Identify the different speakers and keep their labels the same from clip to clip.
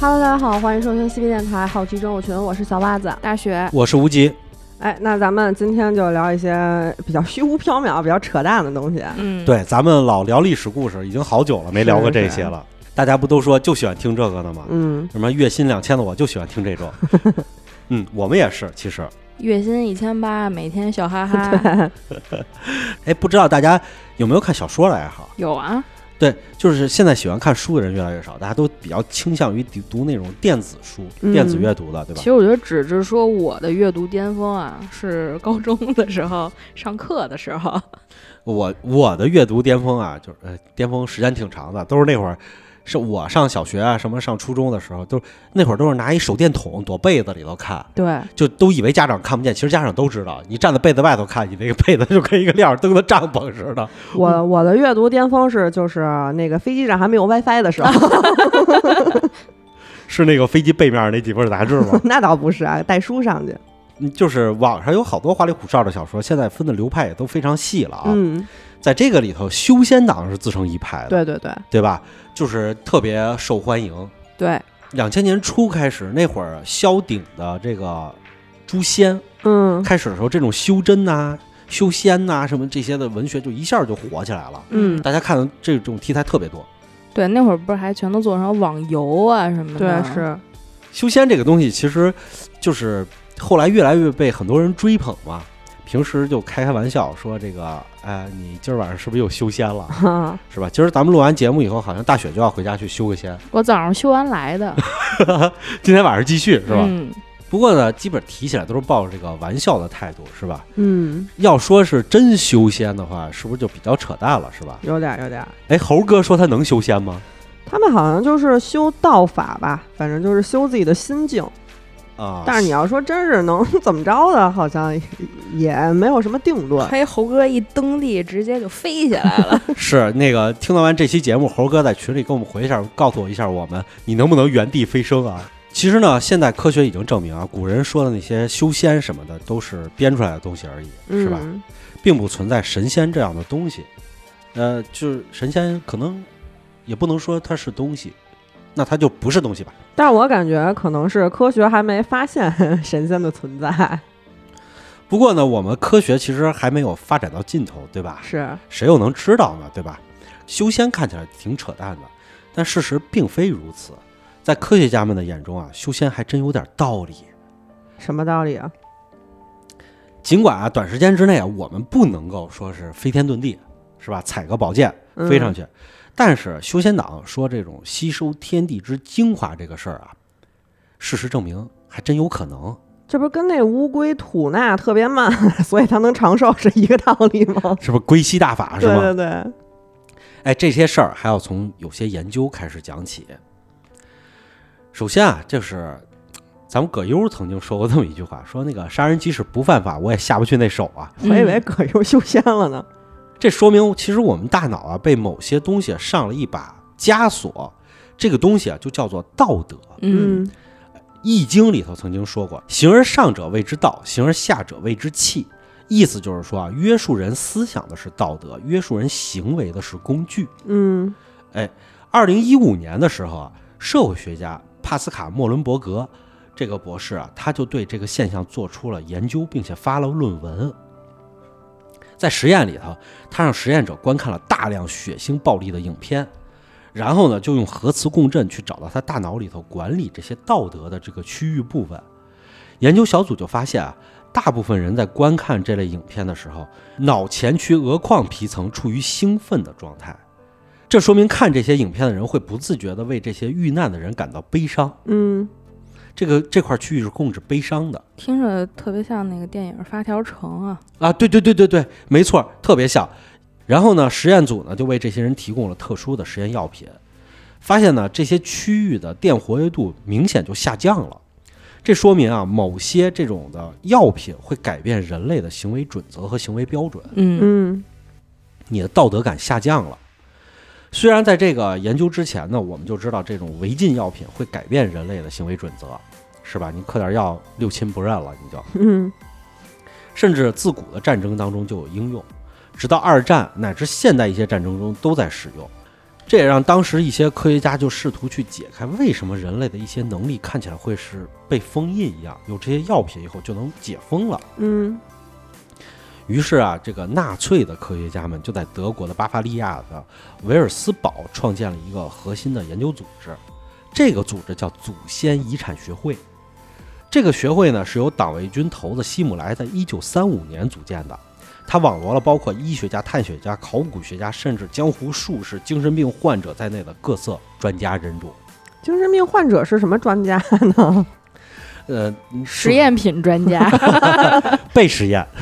Speaker 1: Hello，大家好，欢迎收听 CB 电台好奇症，我群，我是小袜子。
Speaker 2: 大学
Speaker 3: 我是无极，
Speaker 1: 哎，那咱们今天就聊一些比较虚无缥缈、比较扯淡的东西。
Speaker 2: 嗯，
Speaker 3: 对，咱们老聊历史故事，已经好久了没聊过这些了。大家不都说就喜欢听这个的吗？
Speaker 1: 嗯，
Speaker 3: 什么月薪两千的我就喜欢听这种。 嗯，我们也是，其实，
Speaker 2: 月薪一千八，每天笑哈 哈。
Speaker 3: 哎，不知道大家有没有看小说来哈？
Speaker 2: 有啊，
Speaker 3: 对，就是现在喜欢看书的人越来越少，大家都比较倾向于读读那种电子书、
Speaker 1: 嗯
Speaker 3: 电子阅读的，对吧
Speaker 2: 其？实我觉得只是说我的阅读巅峰啊，是高中的时候上课的时候。
Speaker 3: 我我的阅读巅峰啊，就是呃，巅峰时间挺长的，都是那会儿。是我上小学啊，什么上初中的时候，都那会儿都是拿一手电筒躲被子里头看，
Speaker 2: 对，
Speaker 3: 就都以为家长看不见，其实家长都知道。你站在被子外头看，你那个被子就跟一个亮儿灯的帐篷似的。
Speaker 1: 我我的阅读巅峰是就是那个飞机上还没有 WiFi 的时 候，？
Speaker 3: 是那个飞机背面那几份杂志吗
Speaker 1: 那倒不是啊，带书上去。
Speaker 3: 嗯就是网上有好多花里胡哨的小说，现在分的流派也都非常细了啊。
Speaker 1: 嗯，
Speaker 3: 在这个里头，修仙党是自成一派的，
Speaker 2: 对对对
Speaker 3: 对吧？就是特别受欢迎。
Speaker 2: 对，
Speaker 3: 两千年初开始，那会儿萧鼎的这个诛仙
Speaker 1: 嗯
Speaker 3: 开始的时候，这种修真呐、修仙呐、什么这些的文学，就一下就火起来了。
Speaker 1: 嗯，
Speaker 3: 大家看的这种题材特别多。
Speaker 2: 对，那会儿不是还全都做成网游啊什么的？
Speaker 1: 对，是，
Speaker 3: 修仙这个东西，其实就是后来越来越被很多人追捧嘛。平时就开开玩笑说这个，哎，你今儿晚上是不是又修仙了，
Speaker 1: 哈，
Speaker 3: 是吧？今儿咱们录完节目以后，好像大雪就要回家去修个仙，
Speaker 2: 我早上修完来的，
Speaker 3: 今天晚上继续，是吧？
Speaker 2: 嗯，
Speaker 3: 不过呢，基本提起来都是抱着这个玩笑的态度，是吧？
Speaker 1: 嗯，
Speaker 3: 要说是真修仙的话，是不是就比较扯淡了，是吧？
Speaker 1: 有点有点。
Speaker 3: 哎，猴哥说他能修仙吗？
Speaker 1: 他们好像就是修道法吧，反正就是修自己的心境。
Speaker 3: 啊，
Speaker 1: 但是你要说真是能 怎么着的，好像也没有什么定论。
Speaker 2: 嘿，猴哥一蹬地直接就飞起来 了。
Speaker 3: 是那个听到完这期节目，猴哥在群里跟我们回一下，告诉我一下我们你能不能原地飞升啊？其实呢，现在科学已经证明啊，古人说的那些修仙什么的都是编出来的东西而已，是吧？
Speaker 1: 嗯
Speaker 3: 并不存在神仙这样的东西。呃，就是神仙可能也不能说它是东西，那它就不是东西吧？
Speaker 1: 但是我感觉可能是科学还没发现 神仙的存在，
Speaker 3: 不过呢，我们科学其实还没有发展到尽头，对吧？
Speaker 1: 是
Speaker 3: 谁又能知道呢？对吧？修仙看起来挺扯淡的，但事实并非如此。在科学家们的眼中啊，修仙还真有点道理。
Speaker 1: 什么道理啊？
Speaker 3: 尽管啊，短时间之内啊，我们不能够说是飞天遁地，是吧？踩个宝剑
Speaker 1: 嗯
Speaker 3: 飞上去，但是修仙党说这种吸收天地之精华这个事儿啊，事实证明还真有可能。
Speaker 1: 这不是跟那乌龟吐纳特别慢， 所以它能长寿是一个道理 吗？
Speaker 3: 是不是归西大法啊是
Speaker 1: 对
Speaker 3: 吗？
Speaker 1: 对对，
Speaker 3: 哎，这些事儿还要从有些研究开始讲起。首先啊，就是咱们葛优曾经说过这么一句话，说那个杀人即使不犯法，我也下不去那手啊。
Speaker 1: 我以为
Speaker 2: 嗯
Speaker 1: 葛优修仙了呢。
Speaker 3: 这说明其实我们大脑啊被某些东西上了一把枷锁，这个东西啊就叫做道德。
Speaker 2: 嗯，
Speaker 1: 嗯
Speaker 3: 易经里头曾经说过：“行而上者谓之道，行而下者谓之器。”意思就是说啊，约束人思想的是道德，约束人行为的是工具。
Speaker 1: 嗯
Speaker 3: 二零一五年的时候啊，社会学家帕斯卡莫伦伯格这个博士啊，他就对这个现象做出了研究，并且发了论文。在实验里头，他让实验者观看了大量血腥暴力的影片，然后呢，就用核磁共振去找到他大脑里头管理这些道德的这个区域部分。研究小组就发现啊，大部分人在观看这类影片的时候，脑前区额眶皮层处于兴奋的状态。这说明看这些影片的人会不自觉地为这些遇难的人感到悲伤。
Speaker 1: 嗯，
Speaker 3: 这个这块区域是控制悲伤的
Speaker 2: 听着特别像那个电影《发条城》啊。
Speaker 3: 啊！对对对对对，没错，特别像。然后呢，实验组呢就为这些人提供了特殊的实验药品，发现呢这些区域的电活跃度明显就下降了。这说明啊，某些这种的药品会改变人类的行为准则和行为标准。
Speaker 2: 嗯
Speaker 1: 嗯
Speaker 3: 你的道德感下降了。虽然在这个研究之前呢，我们就知道这种违禁药品会改变人类的行为准则，是吧？你嗑点药，六亲不认了，你就
Speaker 1: 嗯
Speaker 3: 甚至自古的战争当中就有应用，直到二战乃至现代一些战争中都在使用。这也让当时一些科学家就试图去解开为什么人类的一些能力看起来会是被封印一样，有这些药品以后就能解封了。
Speaker 1: 嗯
Speaker 3: 于是啊，这个纳粹的科学家们就在德国的巴伐利亚的维尔斯堡创建了一个核心的研究组织，这个组织叫祖先遗产学会。这个学会呢是由党卫军头子希姆莱在1935年组建的，它网罗了包括医学家、探险家、考古学家，甚至江湖术士、精神病患者在内的各色专家人种。
Speaker 1: 精神病患者是什么专家 呢？
Speaker 3: 呃，
Speaker 2: 实验品专家，
Speaker 3: 被实验。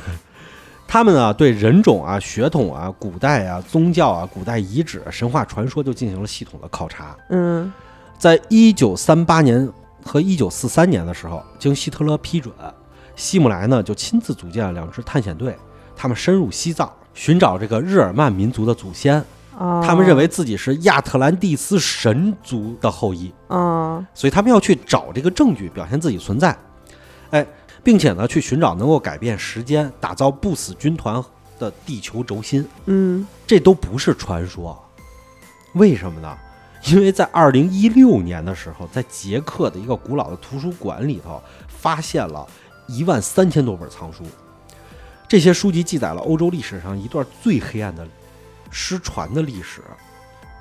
Speaker 3: 他们呢，对人种啊、血统啊、古代啊、宗教啊、古代遗址、神话传说就进行了系统的考察。
Speaker 1: 嗯
Speaker 3: 在一九三八年和一九四三年的时候，经希特勒批准，希姆莱呢就亲自组建了两支探险队，他们深入西藏，寻找这个日耳曼民族的祖先。
Speaker 1: 啊，
Speaker 3: 他们认为自己是亚特兰蒂斯神族的后裔，
Speaker 1: 啊，
Speaker 3: 所以他们要去找这个证据，表现自己存在。哎，并且呢，去寻找能够改变时间、打造不死军团的地球轴心，
Speaker 1: 嗯
Speaker 3: 这都不是传说。为什么呢？因为在二零一六年的时候，在捷克的一个古老的图书馆里头，发现了一万三千多本藏书。这些书籍记载了欧洲历史上一段最黑暗的失传的历史，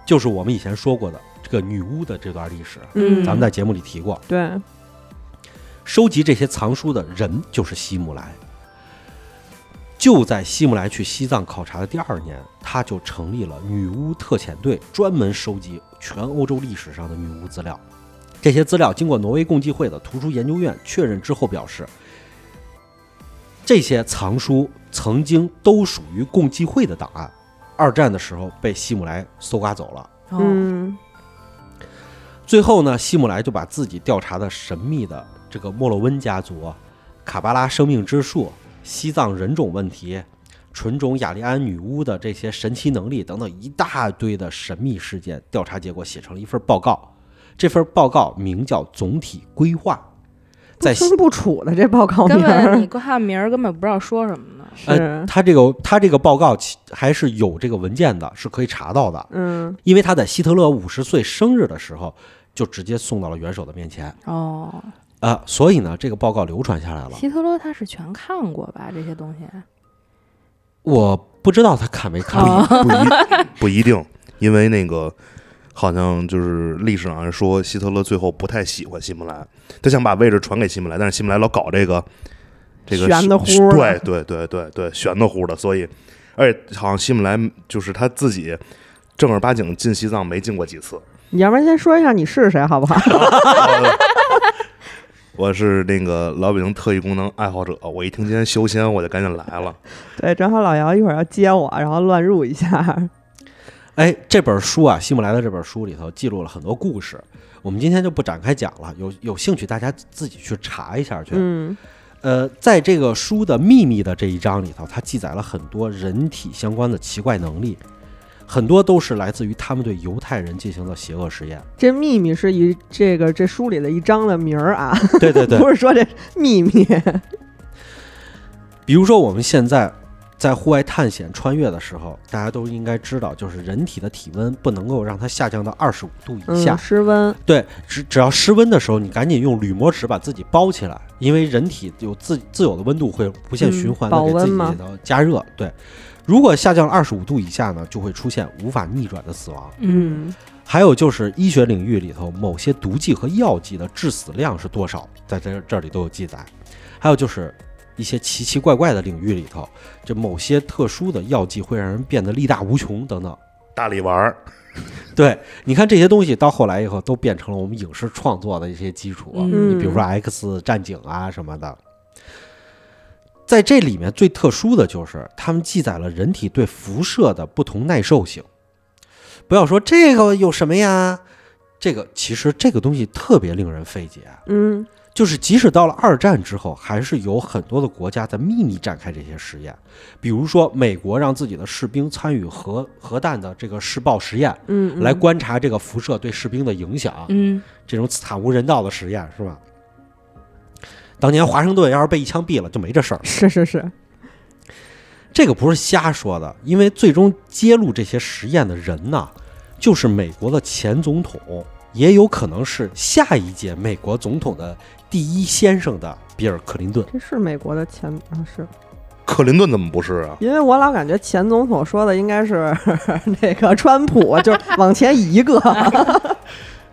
Speaker 3: 就是我们以前说过的这个女巫的这段历史。
Speaker 1: 嗯，
Speaker 3: 咱们在节目里提过，
Speaker 1: 对，
Speaker 3: 收集这些藏书的人就是希姆莱。就在希姆莱去西藏考察的第二年，他就成立了女巫特遣队，专门收集全欧洲历史上的女巫资料。这些资料经过挪威共济会的图书研究院确认之后表示，这些藏书曾经都属于共济会的档案，二战的时候被希姆莱搜刮走了。
Speaker 2: 哦
Speaker 1: 嗯
Speaker 3: 最后呢，希姆莱就把自己调查的神秘的这个莫洛温家族、卡巴拉生命之树、西藏人种问题、纯种雅利安女巫的这些神奇能力等等一大堆的神秘事件调查结果写成了一份报告。这份报告名叫《总体规划》，在西
Speaker 1: 清不楚的这报告
Speaker 2: 根
Speaker 1: 名
Speaker 2: 本你
Speaker 1: 儿
Speaker 2: 光看名儿根本不知道说什么呢。
Speaker 3: 呃
Speaker 1: 是
Speaker 3: 他这个他这个报告其还是有这个文件的，是可以查到的，
Speaker 1: 嗯
Speaker 3: 因为他在希特勒五十岁生日的时候就直接送到了元首的面前。
Speaker 2: 哦，
Speaker 3: 呃，所以呢，这个报告流传下来了。
Speaker 2: 希特勒他是全看过吧？这些东西，
Speaker 3: 我不知道他看没看，
Speaker 2: 哦
Speaker 4: 不一不一定，因为那个好像就是历史上说希特勒最后不太喜欢希姆莱，他想把位置传给希姆莱，但是希姆莱老搞这个这个
Speaker 1: 悬的乎
Speaker 4: 是
Speaker 1: 的
Speaker 4: 对对对对对，悬的乎的，所以而且好像希姆莱就是他自己正儿八经进西藏没进过几次。
Speaker 1: 你要不然先说一下你是谁 好不好？
Speaker 4: 我是那个老北京特异功能爱好者，我一听今天修仙，我就赶紧来了。
Speaker 1: 对，正好老姚一会儿要接我，然后乱入一下。
Speaker 3: 哎，这本书啊，希姆莱的这本书里头记录了很多故事，我们今天就不展开讲了。有有兴趣，大家自己去查一下去。
Speaker 1: 嗯
Speaker 3: 呃，在这个书的秘密的这一章里头，它记载了很多人体相关的奇怪能力，很多都是来自于他们对犹太人进行的邪恶 实验。
Speaker 1: 这秘密是一这个这书里的一章的名儿啊，
Speaker 3: 对对对
Speaker 1: 不，是说这秘 密。
Speaker 3: 比如说我们现在在户外探险穿越的时候，大家都应该知道，就是人体的体温不能够让它下降到二十五度以下
Speaker 1: 嗯，。失温。
Speaker 3: 对，只只要失温的时候，你赶紧用铝膜纸把自己包起来，因为人体有自自有的温度会不限循环的
Speaker 1: 嗯
Speaker 3: 给自己
Speaker 1: 保
Speaker 3: 的
Speaker 1: 温
Speaker 3: 加热。对，如果下降二十五度以下呢，就会出现无法逆转的死亡。
Speaker 2: 嗯，
Speaker 3: 还有就是医学领域里头某些毒剂和药剂的致死量是多少，在这这里都有记载。还有就是一些奇奇怪怪的领域里头，这某些特殊的药剂会让人变得力大无穷等等。
Speaker 4: 大力丸儿，
Speaker 3: 对，你看这些东西到后来以后都变成了我们影视创作的一些基础。啊
Speaker 2: 嗯
Speaker 3: 你比如说 X 战警啊什么的。在这里面最特殊的就是，他们记载了人体对辐射的不同耐受性。不要说这个有什么呀，这个其实这个东西特别令人费解，啊
Speaker 1: 嗯
Speaker 3: 就是即使到了二战之后，还是有很多的国家在秘密展开这些实验，比如说美国让自己的士兵参与核核弹的这个试爆实验，
Speaker 1: 嗯，嗯
Speaker 3: 来观察这个辐射对士兵的影响。
Speaker 2: 嗯，
Speaker 3: 这种惨无人道的实验，是吧？当年华盛顿要是被一枪毙了，就没这事儿。
Speaker 1: 是是是，
Speaker 3: 这个不是瞎说的，因为最终揭露这些实验的人呢，就是美国的前总统，也有可能是下一届美国总统的第一先生的比尔·克林顿。
Speaker 1: 这是美国的前啊，是
Speaker 4: 克林顿怎么不是啊？
Speaker 1: 因为我老感觉前总统说的应该是 那个川 普，就是往前一个，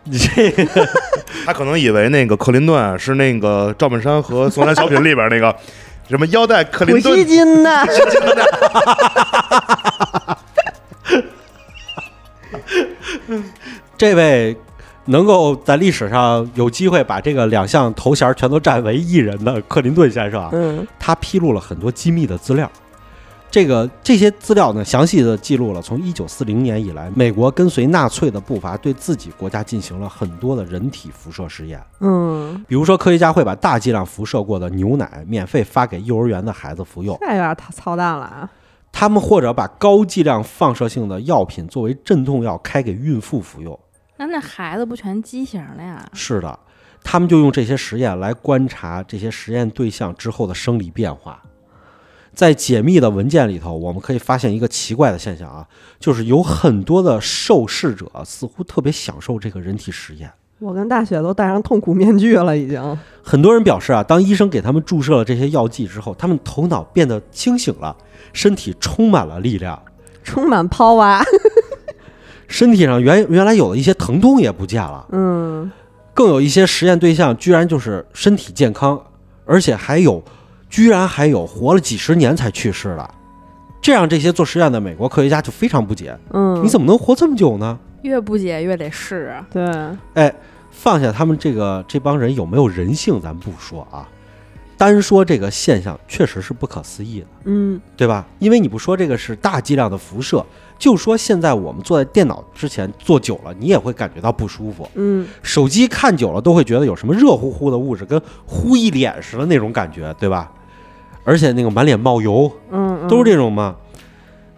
Speaker 3: 你这个
Speaker 4: 他可能以为那个克林顿是那个赵本山和宋丹小品里边那个什么腰带克
Speaker 1: 普
Speaker 4: 林
Speaker 1: 希
Speaker 4: 顿，
Speaker 1: 金呢？
Speaker 3: 这位能够在历史上有机会把这个两项头衔全都占为一人的克林顿先生啊，
Speaker 1: 嗯，
Speaker 3: 他披露了很多机密的资料。这个这些资料呢，详细的记录了从一九四零年以来，美国跟随纳粹的步伐，对自己国家进行了很多的人体辐射实验。
Speaker 1: 嗯，
Speaker 3: 比如说，科学家会把大剂量辐射过的牛奶免费发给幼儿园的孩子服用，
Speaker 1: 这有点太操蛋了啊！
Speaker 3: 他们或者把高剂量放射性的药品作为镇痛药开给孕妇服用。
Speaker 2: 那那孩子不全畸形了呀？
Speaker 3: 是的，他们就用这些实验来观察这些实验对象之后的生理变化。在解密的文件里头，我们可以发现一个奇怪的现象啊，就是有很多的受试者似乎特别享受这个人体实验。
Speaker 1: 我跟大雪都戴上痛苦面具了，已经。
Speaker 3: 很多人表示啊，当医生给他们注射了这些药剂之后，他们头脑变得清醒了，身体充满了力量，
Speaker 1: 充满啊抛娃，
Speaker 3: 身体上原原来有的一些疼痛也不见了。
Speaker 1: 嗯，
Speaker 3: 更有一些实验对象居然就是身体健康，而且还有，居然还有活了几十年才去世的，这让这些做实验的美国科学家就非常不解，
Speaker 1: 嗯，
Speaker 3: 你怎么能活这么久呢？
Speaker 2: 越不解越得试啊！
Speaker 1: 对？
Speaker 3: 哎，放下他们这个这帮人有没有人性，咱不说啊，单说这个现象确实是不可思议的，
Speaker 1: 嗯，
Speaker 3: 对吧？因为你不说这个是大剂量的辐射，就说现在我们坐在电脑之前坐久了，你也会感觉到不舒服。
Speaker 1: 嗯，
Speaker 3: 手机看久了都会觉得有什么热乎乎的物质跟糊一脸似的那种感觉，对吧？而且那个满脸冒油，
Speaker 1: 嗯，嗯
Speaker 3: 都是这种嘛。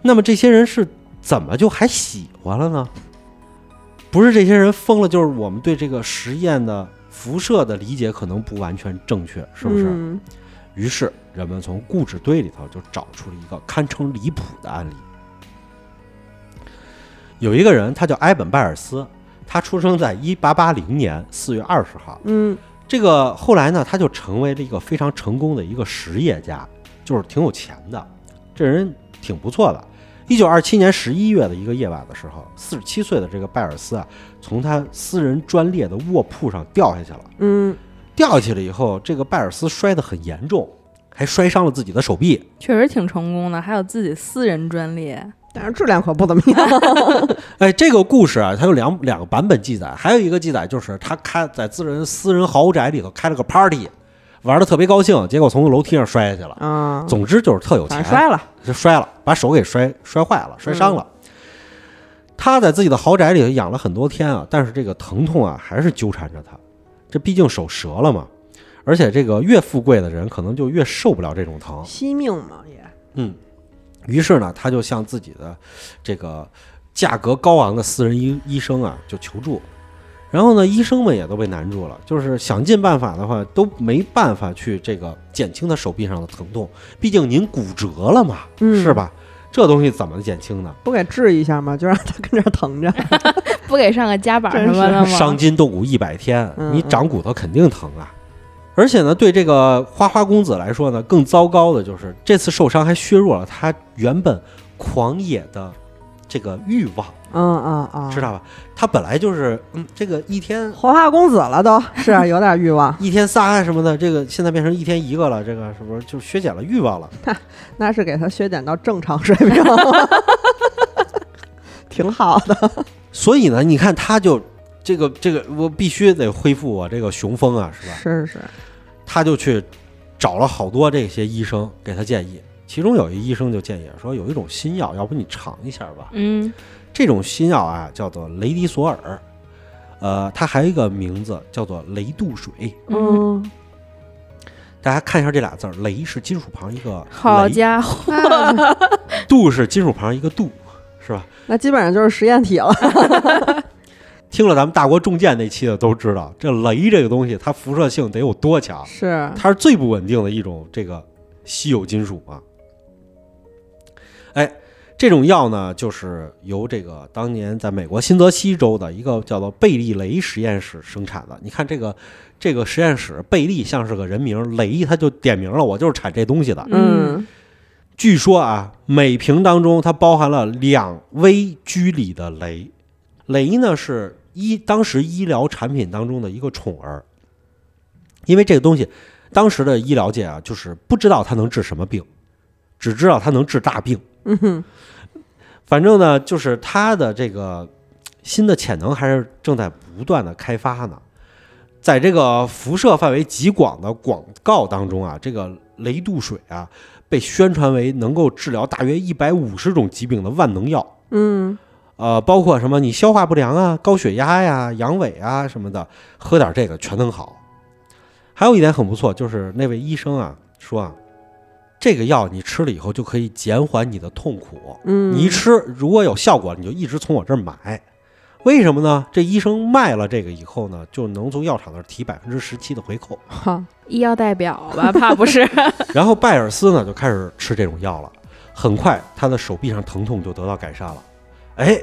Speaker 3: 那么这些人是怎么就还喜欢了呢？不是这些人疯了，就是我们对这个实验的辐射的理解可能不完全正确，是不是？
Speaker 1: 嗯
Speaker 3: 于是人们从固执堆里头就找出了一个堪称离谱的案例。有一个人，他叫埃本拜尔斯，他出生在一八八零年四月二十号。
Speaker 1: 嗯
Speaker 3: 这个后来呢，他就成为了一个非常成功的一个实业家，就是挺有钱的，这人挺不错的。一九二七年十一月的一个夜晚的时候，四十七岁的这个拜尔斯啊，从他私人专列的卧铺上掉下去了。
Speaker 1: 嗯，
Speaker 3: 掉下去了以后，这个拜尔斯摔得很严重，还摔伤了自己的手臂。
Speaker 2: 确实挺成功的，还有自己私人专利。
Speaker 1: 但是质量可不怎么 样。
Speaker 3: 哎，这个故事啊，它有两两个版本记载，还有一个记载就是他开在自人私人豪宅里头开了个 party，玩的特别高兴，结果从楼梯上摔下去了。
Speaker 1: 啊，
Speaker 3: 总之就是特有
Speaker 1: 反
Speaker 3: 钱，
Speaker 1: 正摔了，
Speaker 3: 就摔了，把手给摔摔坏了，摔伤了。
Speaker 1: 嗯
Speaker 3: 他在自己的豪宅里头养了很多天啊，但是这个疼痛啊还是纠缠着他。这毕竟手折了嘛，而且这个越富贵的人可能就越受不了这种疼。
Speaker 1: 惜命嘛也。
Speaker 3: 嗯，于是呢，他就向自己的这个价格高昂的私人医医生啊就求助，然后呢，医生们也都被难住了，就是想尽办法的话都没办法去这个减轻他手臂上的疼痛，毕竟您骨折了嘛，
Speaker 1: 嗯
Speaker 3: 是吧？这东西怎么减轻呢？
Speaker 1: 不给治一下吗？就让他跟这儿疼着。
Speaker 2: 不给上个 夹板什么的吗？
Speaker 3: 伤筋动骨一百天，
Speaker 1: 嗯
Speaker 3: 你长骨头肯定疼啊。而且呢，对这个花花公子来说呢，更糟糕的就是这次受伤还削弱了他原本狂野的这个欲望，
Speaker 1: 嗯啊啊，
Speaker 3: 知道吧？他本来就是，嗯，这个一天
Speaker 1: 黄花公子了都，是啊有点欲望，
Speaker 3: 一天仨啊什么的，这个现在变成一天一个了，这个是不是就削减了欲望了？
Speaker 1: 那是给他削减到正常水 平，挺好的。
Speaker 3: 所以呢，你看他就这个这个，我必须得恢复我这个雄风啊，是吧？
Speaker 1: 是是，
Speaker 3: 他就去找了好多这些医生给他建议，其中有一医生就建议说，有一种新药，要不你尝一下吧。
Speaker 2: 嗯，
Speaker 3: 这种新药啊，叫做雷迪索尔，呃，它还有一个名字叫做雷渡水。
Speaker 2: 嗯，
Speaker 1: 嗯，
Speaker 3: 大家看一下这俩字儿，雷是金属旁一个
Speaker 2: 好
Speaker 3: 雷，
Speaker 2: 家伙，
Speaker 1: 那
Speaker 3: 渡是金属旁一个渡，是吧？
Speaker 1: 嗯 那基本上就是实验体了。
Speaker 3: 听了咱们大国重剑那期的都知道，这雷这个东西，它辐射性得有多强？
Speaker 1: 是，
Speaker 3: 它是最不稳定的一种这个稀有金属嘛。哎，这种药呢，就是由这个当年在美国新泽西州的一个叫做贝利雷实验室生产的。你看这个这个实验室，贝利像是个人名，雷他就点名了，我就是产这东西的。
Speaker 1: 嗯，
Speaker 3: 据说啊，每瓶当中它包含了两微居里的镭，镭呢是医当时医疗产品当中的一个宠儿，因为这个东西，当时的医疗界啊，就是不知道它能治什么病，只知道它能治大病。
Speaker 1: 嗯哼，
Speaker 3: 反正呢，就是它的这个新的潜能还是正在不断的开发呢。在这个辐射范围极广的广告当中啊，这个雷度水啊被宣传为能够治疗大约一百五十种疾病的万能药，
Speaker 1: 嗯
Speaker 3: 呃，包括什么你消化不良啊、高血压呀、阳痿啊什么的，喝点这个全能好。还有一点很不错，就是那位医生啊说啊，这个药你吃了以后就可以减缓你的痛苦。
Speaker 1: 嗯，
Speaker 3: 你一吃如果有效果，你就一直从我这儿买。为什么呢？这医生卖了这个以后呢，就能从药厂那儿提百分之十七的回扣。
Speaker 1: 哈，
Speaker 2: 医药代表吧，怕不是？
Speaker 3: 然后拜尔斯呢就开始吃这种药了，很快他的手臂上疼痛就得到改善了，哎，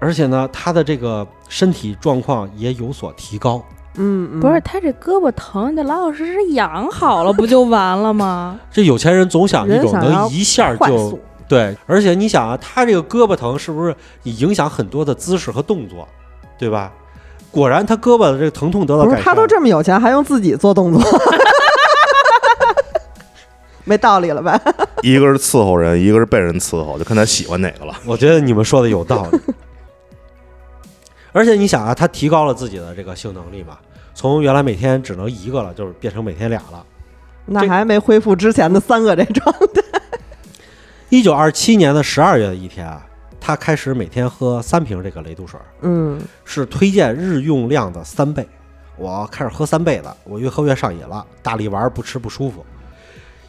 Speaker 3: 而且呢他的这个身体状况也有所提高。
Speaker 1: 嗯，嗯
Speaker 2: 不是，，他这胳膊疼，你得老老实实养好了，不就完了吗？
Speaker 3: 这有钱人总想一
Speaker 1: 人
Speaker 3: 种
Speaker 1: 想
Speaker 3: 能
Speaker 1: 要
Speaker 3: 一下
Speaker 1: 快
Speaker 3: 就
Speaker 1: 速，
Speaker 3: 对，而且你想啊，他这个胳膊疼是不是也影响很多的姿势和动作，对吧？果然他胳膊的这个疼痛得到
Speaker 1: 不
Speaker 3: 改
Speaker 1: 是他
Speaker 3: 善。
Speaker 1: 都这么有钱，还用自己做 动作，没道理了吧？
Speaker 4: 一个是伺候人，一个是被人伺候，就看他喜欢哪个了。
Speaker 3: 我觉得你们说的有道理。而且你想啊，他提高了自己的这个性能力嘛，从原来每天只能一个了，就是变成每天俩了。
Speaker 1: 那
Speaker 3: 这
Speaker 1: 还没恢复之前的三个这状态。
Speaker 3: 一九二七年的十二月的一天啊，他开始每天喝三瓶这个雷度水，
Speaker 1: 嗯
Speaker 3: 是推荐日用量的三倍。我开始喝三倍了，我越喝越上瘾了，大力丸不吃不舒服，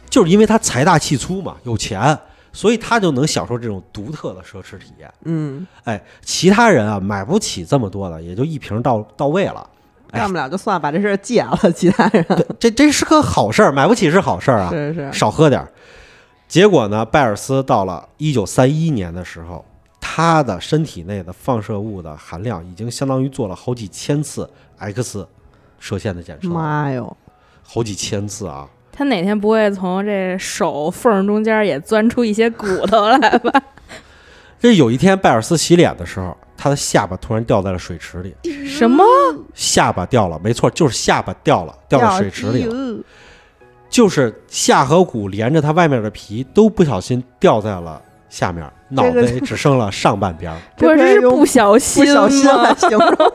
Speaker 3: 就是因为他财大气粗嘛，有钱，所以他就能享受这种独特的奢侈体验。
Speaker 1: 嗯，
Speaker 3: 哎，其他人啊买不起这么多的，也就一瓶到到位了。哎
Speaker 1: 干不了就算，把这事儿戒了。其他人
Speaker 3: 这这是个好事儿，买不起是好事儿啊，
Speaker 1: 是是，
Speaker 3: 少喝点儿。结果呢，拜尔斯到了一九三一年的时候，他的身体内的放射物的含量已经相当于做了好几千次 X 射线的检测，
Speaker 1: 妈哟，
Speaker 3: 好几千次啊！
Speaker 2: 他哪天不会从这手缝中间也钻出一些骨头来吧？
Speaker 3: 这有一天，拜尔斯洗脸的时候，他的下巴突然掉在了水池里，
Speaker 1: 嗯
Speaker 2: 什么？
Speaker 3: 下巴掉了，没错，就是下巴掉了，掉到水池里了，
Speaker 1: 了。
Speaker 3: 就是下颌骨连着他外面的皮都不小心掉在了下面，脑
Speaker 1: 这个
Speaker 3: 袋只剩了上半边儿。
Speaker 2: 不是
Speaker 1: 这
Speaker 2: 这
Speaker 1: 可以
Speaker 2: 是
Speaker 1: 用
Speaker 2: 不小心
Speaker 1: 不小心来
Speaker 2: 吗？
Speaker 1: 形 容，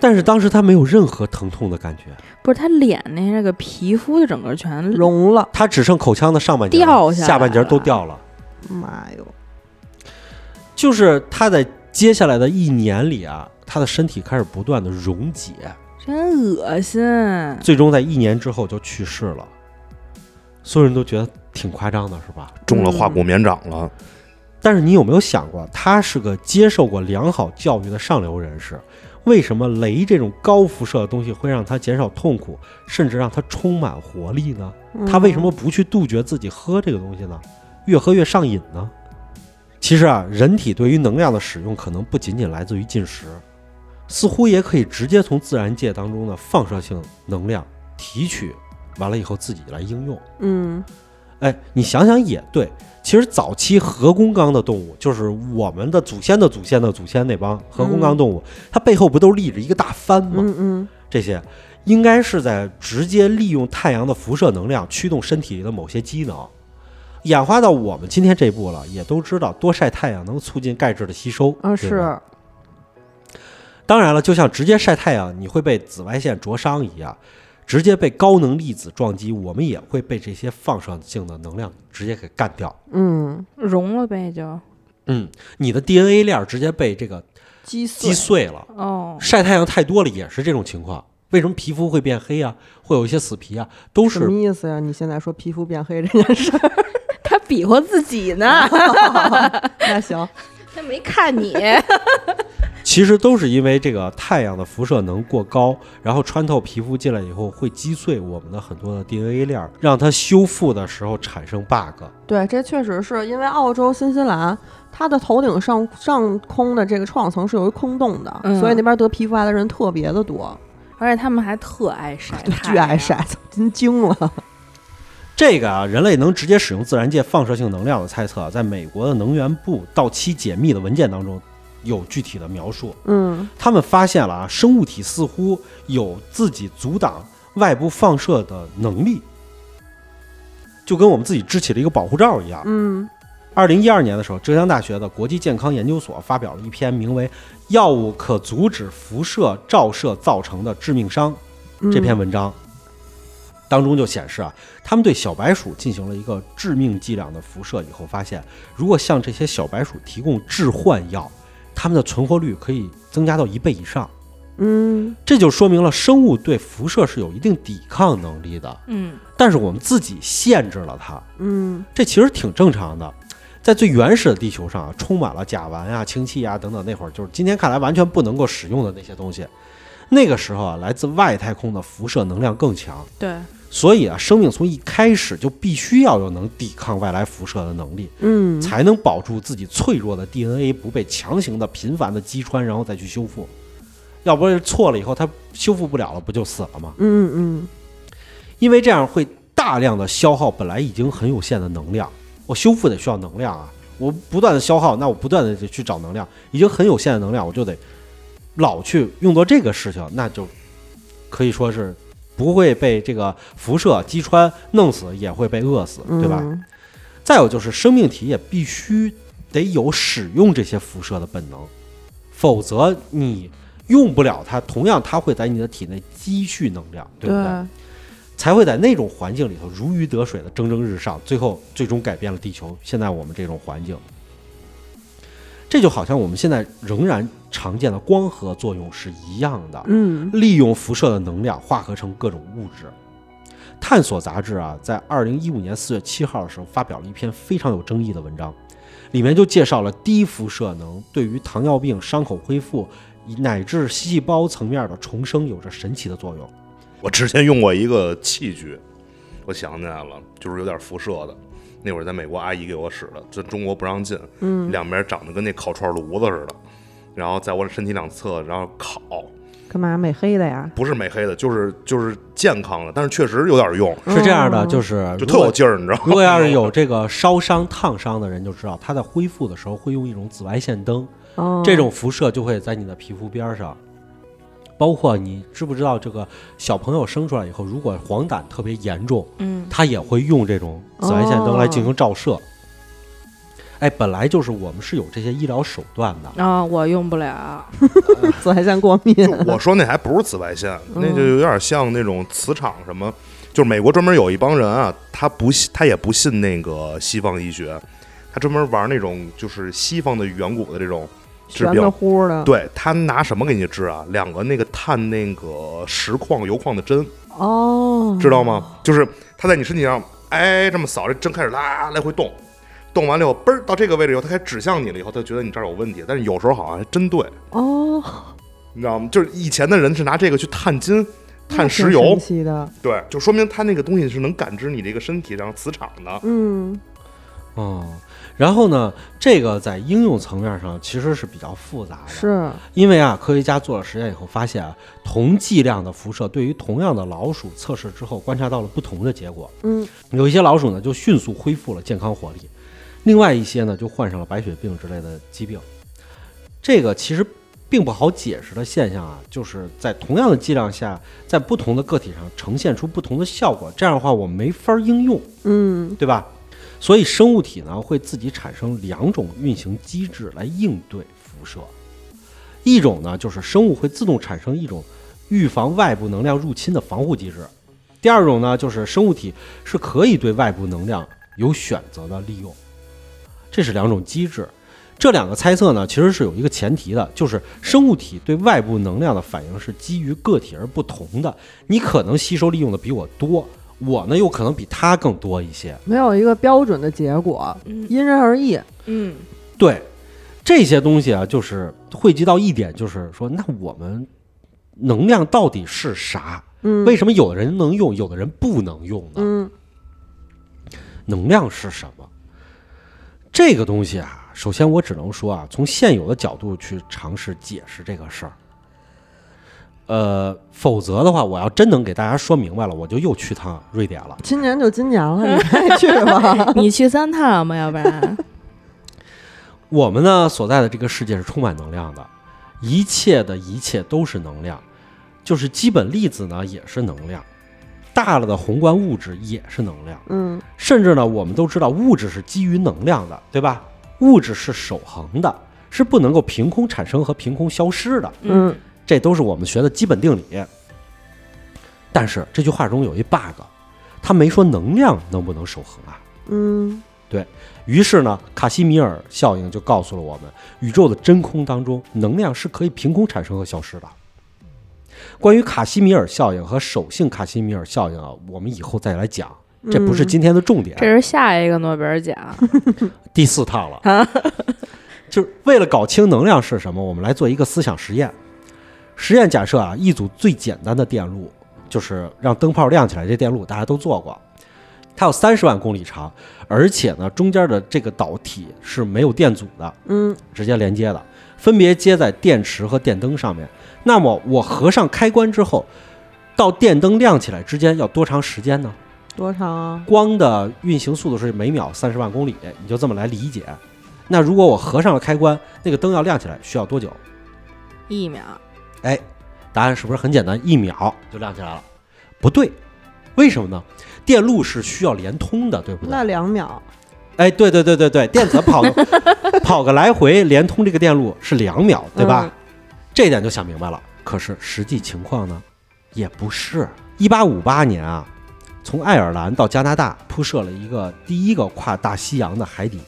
Speaker 3: 但是当时他没有任何疼痛的感觉，
Speaker 2: 不是他脸那那个皮肤就整个全
Speaker 1: 融了。
Speaker 3: 他只剩口腔的上半截了
Speaker 2: 掉下来
Speaker 3: 下
Speaker 2: 了
Speaker 3: 半截都掉了。
Speaker 1: 妈哟，
Speaker 3: 就是他在接下来的一年里啊，他的身体开始不断的溶解，
Speaker 2: 真恶心。
Speaker 3: 最终在一年之后就去世了。所有人都觉得挺夸张的，是吧？
Speaker 4: 中了化骨绵掌了，
Speaker 3: 但是你有没有想过，他是个接受过良好教育的上流人士，为什么镭这种高辐射的东西会让他减少痛苦，甚至让他充满活力呢？
Speaker 1: 嗯
Speaker 3: 他为什么不去杜绝自己喝这个东西呢？越喝越上瘾呢？其实啊，人体对于能量的使用可能不仅仅来自于进食，似乎也可以直接从自然界当中的放射性能量提取，完了以后自己来应用。
Speaker 1: 嗯？
Speaker 3: 哎，你想想也对，其实早期核工纲的动物，就是我们的祖先的祖先的祖先那帮核工纲动物，它背后不都立着一个大帆吗？
Speaker 1: 嗯嗯嗯，
Speaker 3: 这些应该是在直接利用太阳的辐射能量驱动身体里的某些机能。演化到我们今天这一步了，也都知道多晒太阳能促进钙质的吸收。
Speaker 1: 啊
Speaker 3: 对吧
Speaker 1: 是，
Speaker 3: 当然了，就像直接晒太阳你会被紫外线灼伤一样，直接被高能粒子撞击，我们也会被这些放射性的能量直接给干掉。
Speaker 1: 嗯，
Speaker 2: 融了呗就
Speaker 3: 嗯，你的 DNA 链儿直接被这个
Speaker 1: 激
Speaker 3: 击
Speaker 1: 素，
Speaker 3: 碎了。
Speaker 2: 哦，
Speaker 3: 晒太阳太多了也是这种情况。为什么皮肤会变黑啊？会有一些死皮啊？都
Speaker 1: 什么
Speaker 3: 是
Speaker 1: 意思呀？你现在说皮肤变黑 这件事儿，
Speaker 2: 他比划 自己呢，
Speaker 1: 那行，
Speaker 2: 他没看你。
Speaker 3: 其其实都是因为这个太阳的辐射能过高，然后穿透皮肤进来以后，会击碎我们的很多的 DNA 链儿，让它修复的时候产生 bug。
Speaker 1: 对，这确实是因为澳洲新西兰，它的头顶上上空的这个臭氧层是有一空洞的，
Speaker 2: 嗯
Speaker 1: 所以那边得皮肤癌的人特别的多，
Speaker 2: 而且他们还特爱晒
Speaker 1: 就
Speaker 2: 太
Speaker 1: 巨爱
Speaker 2: 阳
Speaker 1: 晒，真惊了。
Speaker 3: 这个啊，人类能直接使用自然界放射性能量的猜测啊，在美国的能源部到期解密的文件当中有具体的描述。
Speaker 1: 嗯，
Speaker 3: 他们发现了啊，生物体似乎有自己阻挡外部放射的能力，就跟我们自己支起了一个保护罩一样。
Speaker 1: 嗯，
Speaker 3: 二零一二年的时候，浙江大学的国际健康研究所发表了一篇名为《药物可阻止辐射照射造成的致命伤》
Speaker 1: 嗯
Speaker 3: 这篇文章，当中就显示啊，他们对小白鼠进行了一个致命剂量的辐射以后，发现如果向这些小白鼠提供致幻药，它们的存活率可以增加到一倍以上。
Speaker 1: 嗯，
Speaker 3: 这就说明了生物对辐射是有一定抵抗能力的，
Speaker 2: 嗯
Speaker 3: 但是我们自己限制了它，
Speaker 1: 嗯，
Speaker 3: 这其实挺正常的。在最原始的地球上啊，充满了甲烷啊、氢气啊等等，那会儿就是今天看来完全不能够使用的那些东西。那个时候啊，来自外太空的辐射能量更强，
Speaker 2: 对，
Speaker 3: 所以啊，生命从一开始就必须要有能抵抗外来辐射的能力，
Speaker 1: 嗯，
Speaker 3: 才能保住自己脆弱的 DNA 不被强行的、频繁的击穿，然后再去修复。要不然错了以后，它修复不了了，不就死了吗？
Speaker 1: 嗯嗯
Speaker 3: 因为这样会大量的消耗本来已经很有限的能量。我修复得需要能量啊，我不断的消耗，那我不断的去找能量，已经很有限的能量，我就得老去用作这个事情，那就可以说是不会被这个辐射击穿弄死，也会被饿死，
Speaker 1: 嗯，
Speaker 3: 对吧？
Speaker 1: 嗯？
Speaker 3: 再有就是生命体也必须得有使用这些辐射的本能，否则你用不了它，同样它会在你的体内积蓄能量，对
Speaker 1: 对
Speaker 3: 不对？才会在那种环境里头如鱼得水的蒸蒸日上，最后最终改变了地球现在我们这种环境。这就好像我们现在仍然常见的光合作用是一样的，
Speaker 1: 嗯
Speaker 3: 利用辐射的能量化合成各种物质。《探索》杂志啊，在二零一五年四月七号的时候发表了一篇非常有争议的文章，里面就介绍了低辐射能对于糖尿病、伤口恢复以乃至细胞层面的重生有着神奇的作用。
Speaker 4: 我之前用过一个器具，我想起来了，就是有点辐射的。那会儿在美国阿姨给我使的，在中国不让进，
Speaker 1: 嗯，
Speaker 4: 两边长得跟那烤串炉子似的，然后在我身体两侧，然后烤，
Speaker 1: 干嘛美黑的呀？
Speaker 4: 不是美黑的，就是就是健康的，但是确实有点用，
Speaker 3: 是这样的，
Speaker 1: 哦
Speaker 3: 就是
Speaker 4: 就
Speaker 3: 如
Speaker 4: 特
Speaker 3: 果
Speaker 4: 有劲儿，你知道吗？
Speaker 3: 如果要是有这个烧伤、烫伤的人就知道，他在恢复的时候会用一种紫外线灯，
Speaker 1: 哦，
Speaker 3: 这种辐射就会在你的皮肤边儿上。包括你知不知道，这个小朋友生出来以后，如果黄疸特别严重，
Speaker 2: 嗯
Speaker 3: 他也会用这种紫外线灯来进行照射。哎，本来就是我们是有这些医疗手段的，
Speaker 2: 啊，我用不了，
Speaker 1: 紫外线过敏，
Speaker 4: 就 我说那还不是紫外线，那就有点像那种磁场什么。就是美国专门有一帮人啊，他不信，他也不信那个西方医学，他专门玩那种就是西方的远古的这种治
Speaker 1: 玄乎
Speaker 4: 病。
Speaker 1: 乎的。
Speaker 4: 对他拿什么给你治啊？两个那个探那个石矿油矿的针，
Speaker 1: 哦，
Speaker 4: 知道吗？就是他在你身体上，哎，这么扫，这针开始啦来回动，动完了以后，嘣儿到这个位置以后，他开始指向你了以后，他觉得你这儿有问题，但是有时候好像还真对，
Speaker 1: 哦，
Speaker 4: 你知道吗？就是以前的人是拿这个去探金、探
Speaker 1: 那
Speaker 4: 石
Speaker 1: 挺
Speaker 4: 油
Speaker 1: 神，奇的，
Speaker 4: 对，就说明他那个东西是能感知你这个身体上磁场的。
Speaker 1: 嗯
Speaker 3: 嗯，然后呢，这个在应用层面上其实是比较复杂的，
Speaker 1: 是，
Speaker 3: 因为啊，科学家做了实验以后发现啊，同剂量的辐射对于同样的老鼠测试之后，观察到了不同的结果。
Speaker 1: 嗯
Speaker 3: 有一些老鼠呢就迅速恢复了健康活力，另外一些呢就患上了白血病之类的疾病。这个其实并不好解释的现象啊，就是在同样的剂量下，在不同的个体上呈现出不同的效果。这样的话，我们没法儿应用。
Speaker 1: 嗯
Speaker 3: 对吧？所以生物体呢会自己产生两种运行机制来应对辐射，一种呢就是生物会自动产生一种预防外部能量入侵的防护机制，第二种呢就是生物体是可以对外部能量有选择的利用，这是两种机制。这两个猜测呢，其实是有一个前提的，就是生物体对外部能量的反应是基于个体而不同的。你可能吸收利用的比我多，我呢又可能比它更多一些。
Speaker 1: 没有一个标准的结果，
Speaker 2: 嗯
Speaker 1: 因人而异。
Speaker 2: 嗯
Speaker 3: 对，这些东西啊，就是汇集到一点，就是说，那我们能量到底是啥？
Speaker 1: 嗯，
Speaker 3: 为什么有的人能用，有的人不能用呢？
Speaker 1: 嗯
Speaker 3: 能量是什么？这个东西啊，首先我只能说啊，从现有的角度去尝试解释这个事儿。呃，否则的话，我要真能给大家说明白了，我就又去趟瑞典了。
Speaker 1: 今年就今年了，你还去 吧？
Speaker 2: 你去三趟嘛，要不然
Speaker 3: 我们呢所在的这个世界是充满能量的，一切的一切都是能量，就是基本粒子呢也是能量，大了的宏观物质也是能量，
Speaker 1: 嗯
Speaker 3: 甚至呢我们都知道物质是基于能量的，对吧？物质是守恒的，是不能够凭空产生和凭空消失的，
Speaker 1: 嗯
Speaker 3: 这都是我们学的基本定理。但是这句话中有一 bug，他没说能量能不能守恒啊。
Speaker 1: 嗯
Speaker 3: 于是呢，卡西米尔效应就告诉了我们，宇宙的真空当中，能量是可以凭空产生和消失的。关于卡西米尔效应和手性卡西米尔效应啊，我们以后再来讲，这不是今天的重点。
Speaker 2: 嗯
Speaker 3: 啊
Speaker 2: 这是下一个诺贝尔奖。
Speaker 3: 第四趟了， 就是为了搞清能量是什么，我们来做一个思想实验。实验假设啊，一组最简单的电路，就是让灯泡亮起来这电路，大家都做过。它有三十万公里长，而且呢，中间的这个导体是没有电阻的，
Speaker 1: 嗯
Speaker 3: 直接连接的，分别接在电池和电灯上面。那么我合上开关之后，到电灯亮起来之间要多长时间呢？
Speaker 1: 多长啊？
Speaker 3: 光的运行速度是每秒三十万公里，你就这么来理解。那如果我合上了开关，那个灯要亮起来需要多久？
Speaker 2: 一秒，
Speaker 3: 哎，答案是不是很简单？一秒就亮起来了？不对，为什么呢？电路是需要连通的，对不对？
Speaker 1: 那两秒，
Speaker 3: 哎，对对对对对，电子跑个 跑个来回连通这个电路是两秒，对吧？
Speaker 2: 嗯
Speaker 3: 这一点就想明白了。可是实际情况呢，也不是。一八五八年啊，从爱尔兰到加拿大铺设了一个第一个跨大西洋的海底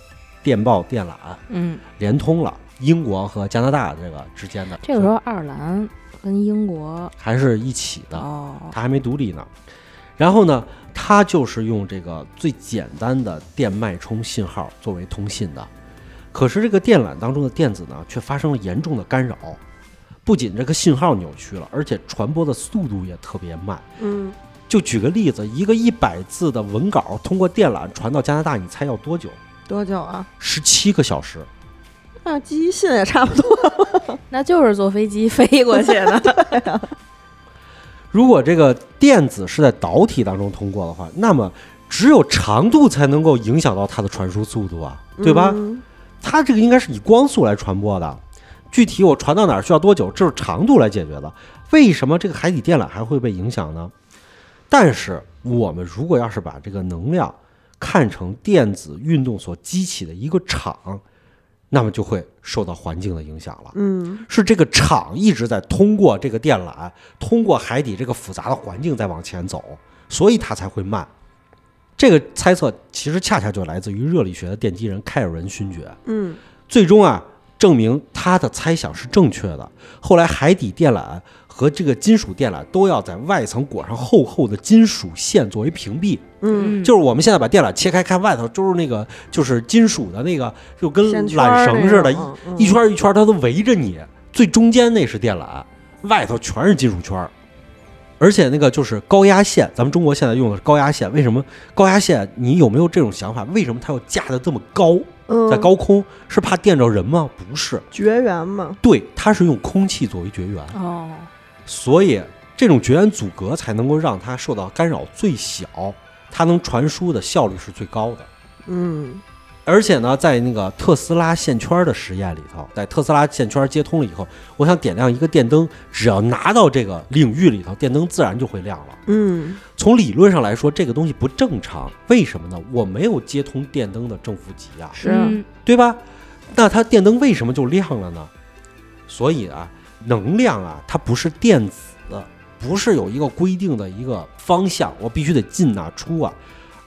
Speaker 3: 电报电缆，
Speaker 2: 嗯，
Speaker 3: 连通了英国和加拿大这个之间的。
Speaker 2: 这个时候爱尔兰跟英国
Speaker 3: 还是一起的。
Speaker 2: 哦，
Speaker 3: 它还没独立呢。然后呢，它就是用这个最简单的电脉冲信号作为通信的。可是这个电缆当中的电子呢，却发生了严重的干扰，不仅这个信号扭曲了，而且传播的速度也特别慢。
Speaker 1: 嗯
Speaker 3: 就举个例子，一个一百字的文稿通过电缆传到加拿大，你猜要多久？
Speaker 1: 多久啊？
Speaker 3: 十七个小时。
Speaker 1: 那记忆信也差不多。
Speaker 2: 那就是坐飞机飞过去的。
Speaker 3: 如果这个电子是在导体当中通过的话，那么只有长度才能够影响到它的传输速度啊，对吧？
Speaker 1: 嗯
Speaker 3: 它这个应该是以光速来传播的，具体我传到哪儿需要多久，这是长度来解决的。为什么这个海底电缆还会被影响呢？但是我们如果要是把这个能量看成电子运动所激起的一个场，那么就会受到环境的影响了。
Speaker 1: 嗯
Speaker 3: 是这个场一直在通过这个电缆，通过海底这个复杂的环境在往前走，所以它才会慢。这个猜测其实恰恰就来自于热力学的奠基人开尔文勋爵。
Speaker 1: 嗯
Speaker 3: 最终啊，证明他的猜想是正确的。后来海底电缆和这个金属电缆都要在外层裹上厚厚的金属线作为屏蔽，
Speaker 1: 嗯
Speaker 2: 嗯，
Speaker 3: 就是我们现在把电缆切开看外头，就是那个就是金属的那个，就跟
Speaker 1: 线圈
Speaker 3: 缆
Speaker 1: 儿
Speaker 3: 绳
Speaker 1: 那
Speaker 3: 似的，
Speaker 1: 种嗯
Speaker 3: 一圈儿一圈儿它都围着你，最中间那是电缆，外头全是金属圈儿。而且那个就是高压线，咱们中国现在用的是高压线。为什么高压线？你有没有这种想法？为什么它要架得这么高？
Speaker 1: 嗯
Speaker 3: 在高空是怕电着人吗？不是，
Speaker 1: 绝缘嘛。
Speaker 3: 对，它是用空气作为绝缘，
Speaker 2: 哦，
Speaker 3: 所以这种绝缘阻隔才能够让它受到干扰最小，它能传输的效率是最高的。
Speaker 1: 嗯
Speaker 3: 而且呢，在那个特斯拉线圈的实验里头，在特斯拉线圈接通了以后，我想点亮一个电灯，只要拿到这个领域里头，电灯自然就会亮了。
Speaker 1: 嗯
Speaker 3: 从理论上来说，这个东西不正常，为什么呢？我没有接通电灯的正负极啊，
Speaker 1: 是
Speaker 2: 嗯
Speaker 3: 对吧？那它电灯为什么就亮了呢？所以啊，能量啊，它不是电子，不是有一个规定的一个方向，我必须得进啊出啊，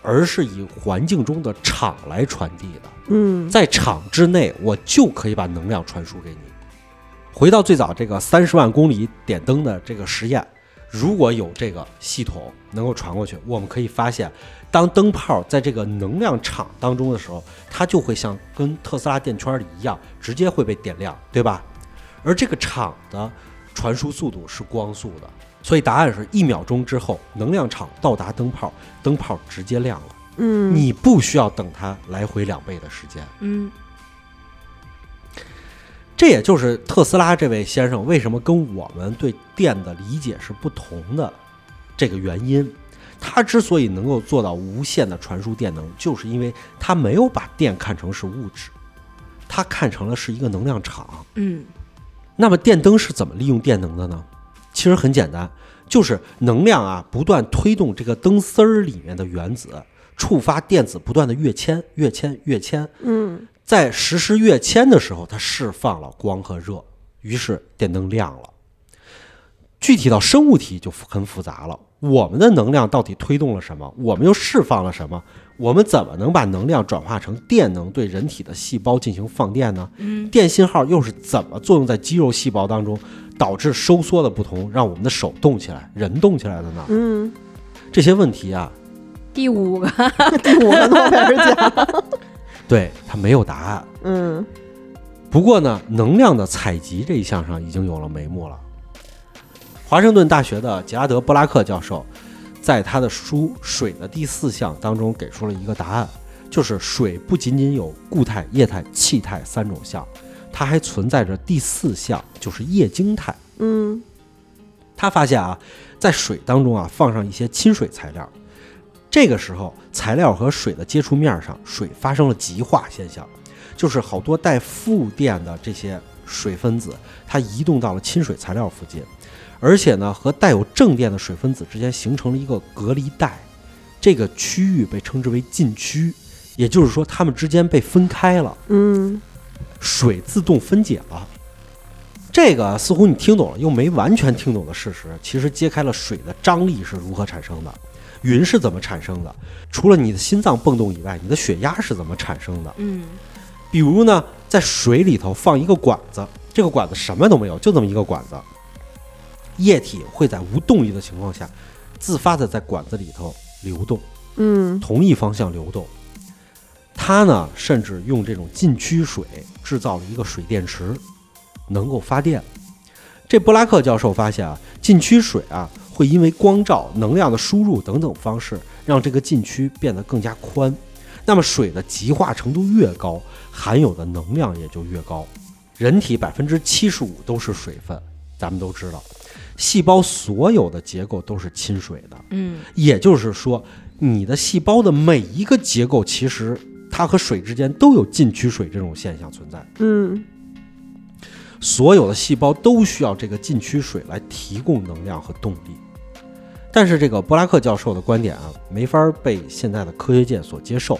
Speaker 3: 而是以环境中的场来传递的，
Speaker 1: 嗯
Speaker 3: 在场之内，我就可以把能量传输给你。回到最早这个三十万公里点灯的这个实验，如果有这个系统能够传过去，我们可以发现，当灯泡在这个能量场当中的时候，它就会像跟特斯拉电圈里一样，直接会被点亮，对吧？而这个场的传输速度是光速的，所以答案是一秒钟之后，能量场到达灯泡，灯泡直接亮了，
Speaker 1: 嗯，
Speaker 3: 你不需要等它来回两倍的时间。
Speaker 2: 嗯
Speaker 3: 这也就是特斯拉这位先生为什么跟我们对电的理解是不同的这个原因。他之所以能够做到无限的传输电能，就是因为他没有把电看成是物质，他看成了是一个能量场。
Speaker 2: 嗯
Speaker 3: 那么电灯是怎么利用电能的呢？其实很简单，就是能量啊不断推动这个灯丝儿里面的原子，触发电子不断的跃迁、跃迁、跃迁。
Speaker 1: 嗯，
Speaker 3: 在实施跃迁的时候，它释放了光和热，于是电灯亮了。具体到生物体就很复杂了，我们的能量到底推动了什么？我们又释放了什么？我们怎么能把能量转化成电能，对人体的细胞进行放电呢？
Speaker 2: 嗯
Speaker 3: 电信号又是怎么作用在肌肉细胞当中，导致收缩的不同，让我们的手动起来，人动起来的呢？
Speaker 1: 嗯，
Speaker 3: 这些问题啊，
Speaker 2: 第五个，
Speaker 1: 第五个诺贝尔奖，
Speaker 3: 对它没有答案。
Speaker 1: 嗯
Speaker 3: 不过呢，能量的采集这一项上已经有了眉目了。华盛顿大学的杰拉德·布拉克教授在他的书《水的第四项》当中给出了一个答案，就是水不仅仅有固态、液态、气态三种项，它还存在着第四项，就是液晶态。
Speaker 1: 嗯
Speaker 3: 他发现啊，在水当中啊放上一些亲水材料，这个时候材料和水的接触面上，水发生了极化现象，就是好多带负电的这些水分子，它移动到了亲水材料附近，而且呢和带有正电的水分子之间形成了一个隔离带，这个区域被称之为禁区，也就是说它们之间被分开了。
Speaker 1: 嗯
Speaker 3: 水自动分解了。这个似乎你听懂了，又没完全听懂的事实，其实揭开了水的张力是如何产生的，云是怎么产生的，除了你的心脏蹦动以外，你的血压是怎么产生的？
Speaker 2: 嗯
Speaker 3: 比如呢，在水里头放一个管子，这个管子什么都没有，就这么一个管子，液体会在无动力的情况下，自发的在管子里头流动。
Speaker 1: 嗯
Speaker 3: 同一方向流动。它呢，甚至用这种禁区水制造了一个水电池，能够发电。这布拉克教授发现啊，禁区水啊会因为光照、能量的输入等等方式，让这个禁区变得更加宽。那么水的极化程度越高，含有的能量也就越高。人体百分之七十五都是水分，咱们都知道，细胞所有的结构都是亲水的。
Speaker 2: 嗯
Speaker 3: 也就是说，你的细胞的每一个结构，其实它和水之间都有禁区水这种现象存在。
Speaker 1: 嗯
Speaker 3: 所有的细胞都需要这个禁区水来提供能量和动力。但是，这个布拉克教授的观点啊，没法被现在的科学界所接受，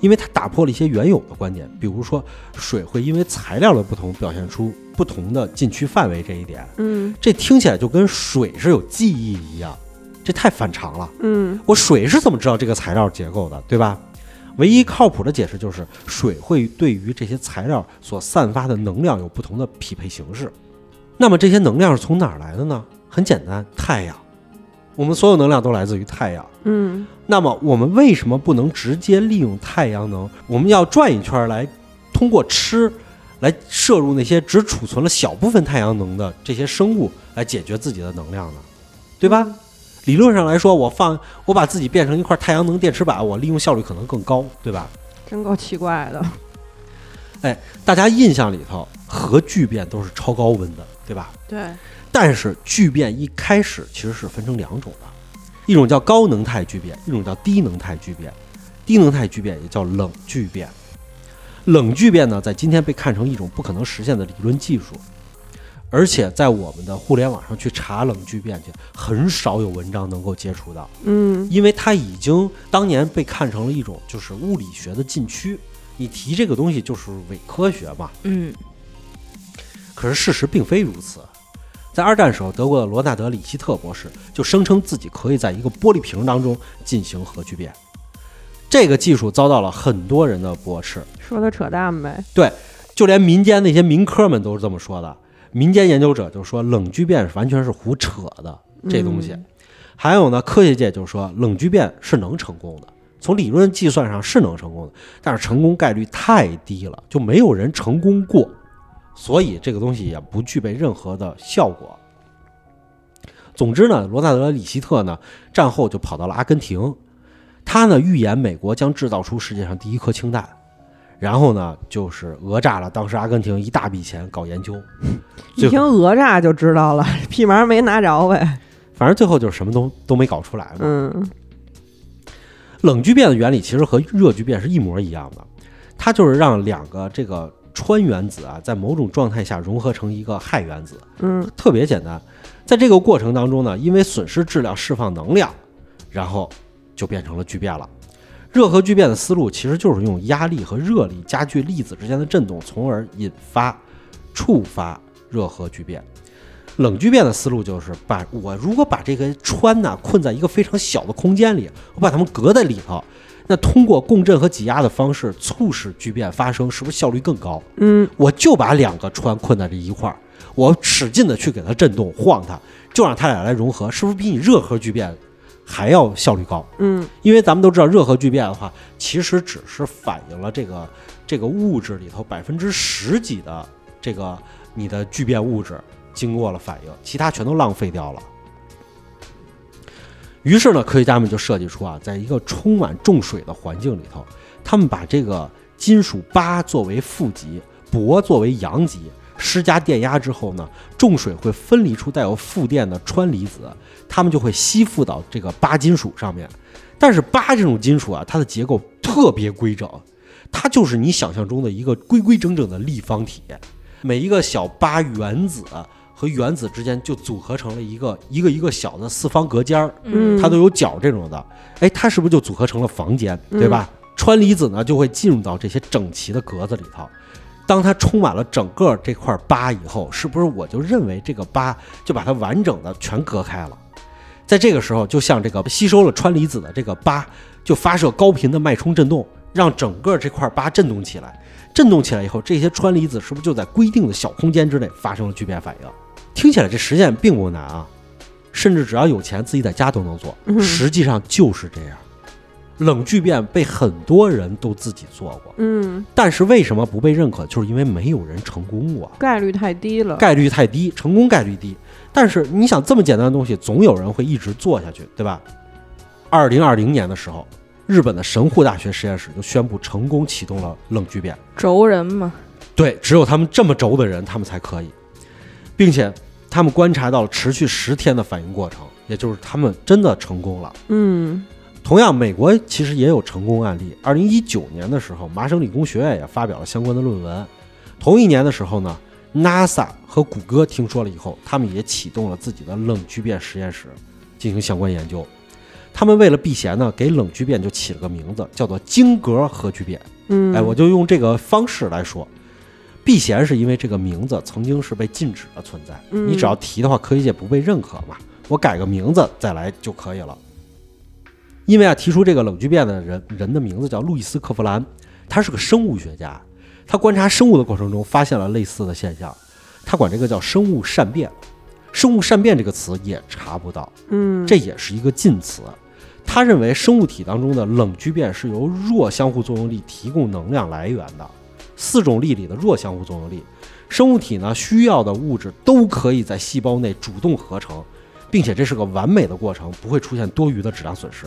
Speaker 3: 因为他打破了一些原有的观点，比如说水会因为材料的不同表现出不同的禁区范围这一点。
Speaker 1: 嗯
Speaker 3: 这听起来就跟水是有记忆一样，这太反常了。
Speaker 1: 嗯
Speaker 3: 我水是怎么知道这个材料结构的，对吧？唯一靠谱的解释就是水会对于这些材料所散发的能量有不同的匹配形式。那么这些能量是从哪儿来的呢？很简单，太阳。我们所有能量都来自于太阳。
Speaker 1: 嗯
Speaker 3: 那么我们为什么不能直接利用太阳能？我们要转一圈儿来，通过吃来摄入那些只储存了小部分太阳能的这些生物来解决自己的能量呢？对吧？理论上来说，我放我把自己变成一块太阳能电池板，我利用效率可能更高，对吧？
Speaker 1: 真够奇怪的。
Speaker 3: 大家印象里头，核聚变都是超高温的，对吧？
Speaker 2: 对，
Speaker 3: 但是聚变一开始其实是分成两种的，一种叫高能态聚变，一种叫低能态聚变。低能态聚变也叫冷聚变。冷聚变呢，在今天被看成一种不可能实现的理论技术，而且在我们的互联网上去查冷聚变去，很少有文章能够接触到，
Speaker 1: 嗯
Speaker 3: 因为它已经当年被看成了一种就是物理学的禁区。你提这个东西就是伪科学嘛，
Speaker 2: 嗯
Speaker 3: 可是事实并非如此。在二战时候，德国的罗纳德·里希特博士就声称自己可以在一个玻璃瓶当中进行核聚变，这个技术遭到了很多人的驳斥，
Speaker 1: 说他扯淡呗。
Speaker 3: 就连民间那些民科们都是这么说的。民间研究者就说冷聚变完全是胡扯的，这东西。还有呢，科学界就说冷聚变是能成功的，从理论计算上是能成功的，但是成功概率太低了，就没有人成功过，所以这个东西也不具备任何的效果。总之呢，罗纳德·里希特呢，战后就跑到了阿根廷，他呢预言美国将制造出世界上第一颗氢弹，然后呢就是讹诈了当时阿根廷一大笔钱搞研究，
Speaker 1: 一
Speaker 3: 最
Speaker 1: 听
Speaker 3: 后
Speaker 1: 讹诈就知道了，屁毛没拿着呗。
Speaker 3: 反正最后就是什么都都没搞出来嘛。
Speaker 1: 嗯
Speaker 3: 冷聚变的原理其实和热聚变是一模一样的，它就是让两个这个氚原子啊，在某种状态下融合成一个氦原子，
Speaker 1: 嗯
Speaker 3: 特别简单。在这个过程当中呢，因为损失质量释放能量，然后就变成了聚变了。热和聚变的思路其实就是用压力和热力加剧粒子之间的振动，从而引发、触发热和聚变。冷聚变的思路就是把我如果把这个氚呐困在一个非常小的空间里，我把它们隔在里头，那通过共振和挤压的方式促使聚变发生，是不是效率更高？
Speaker 1: 嗯，
Speaker 3: 我就把两个穿困在这一块儿，我使劲的去给它震动晃它，就让它俩来融合，是不是比你热核聚变还要效率高？
Speaker 1: 嗯，
Speaker 3: 因为咱们都知道热核聚变的话，其实只是反映了这个这个物质里头百分之十几的这个你的聚变物质经过了反应，其他全都浪费掉了。于是呢，科学家们就设计出啊，在一个充满重水的环境里头，他们把这个金属钯作为负极，铂作为阳极，施加电压之后呢，重水会分离出带有负电的氚离子，它们就会吸附到这个钯金属上面。但是钯这种金属啊，它的结构特别规整，它就是你想象中的一个规规整整的立方体，每一个小钯原子和原子之间就组合成了一个一个一个小的四方隔间儿。
Speaker 1: 嗯
Speaker 3: 它都有角这种的，哎，它是不是就组合成了房间，对吧？氚离子呢就会进入到这些整齐的格子里头。当它充满了整个这块八以后，是不是我就认为这个八就把它完整的全隔开了？在这个时候，就像这个吸收了氚离子的这个八，就发射高频的脉冲振动，让整个这块八振动起来。振动起来以后，这些氚离子是不是就在规定的小空间之内发生了聚变反应？听起来这实验并不难啊，甚至只要有钱，自己在家都能做。
Speaker 1: 嗯
Speaker 3: 实际上就是这样，冷聚变被很多人都自己做过，
Speaker 1: 嗯，
Speaker 3: 但是为什么不被认可？就是因为没有人成功过，
Speaker 1: 概率太低了。
Speaker 3: 概率太低，成功概率低。但是你想，这么简单的东西，总有人会一直做下去，对吧？二零二零年的时候，日本的神户大学实验室就宣布成功启动了冷聚变。
Speaker 2: 轴人嘛，
Speaker 3: 对，只有他们这么轴的人，他们才可以，并且他们观察到了持续十天的反应过程，也就是他们真的成功了。
Speaker 1: 嗯
Speaker 3: 同样，美国其实也有成功案例。二零一九年的时候，麻省理工学院也发表了相关的论文。同一年的时候呢，NASA 和谷歌听说了以后，他们也启动了自己的冷聚变实验室进行相关研究。他们为了避嫌呢，给冷聚变就起了个名字，叫做晶格核聚变。
Speaker 1: 嗯，
Speaker 3: 哎，我就用这个方式来说，避嫌是因为这个名字曾经是被禁止的存在，
Speaker 1: 嗯
Speaker 3: 你只要提的话，科学界不被认可嘛，我改个名字再来就可以了。因为啊，提出这个冷聚变的人人的名字叫路易斯·克弗兰，他是个生物学家，他观察生物的过程中发现了类似的现象，他管这个叫生物善变。生物善变这个词也查不到，
Speaker 1: 嗯
Speaker 3: 这也是一个近词。他认为生物体当中的冷聚变是由弱相互作用力提供能量来源的，四种力里的弱相互作用力。生物体呢需要的物质都可以在细胞内主动合成，并且这是个完美的过程，不会出现多余的质量损失。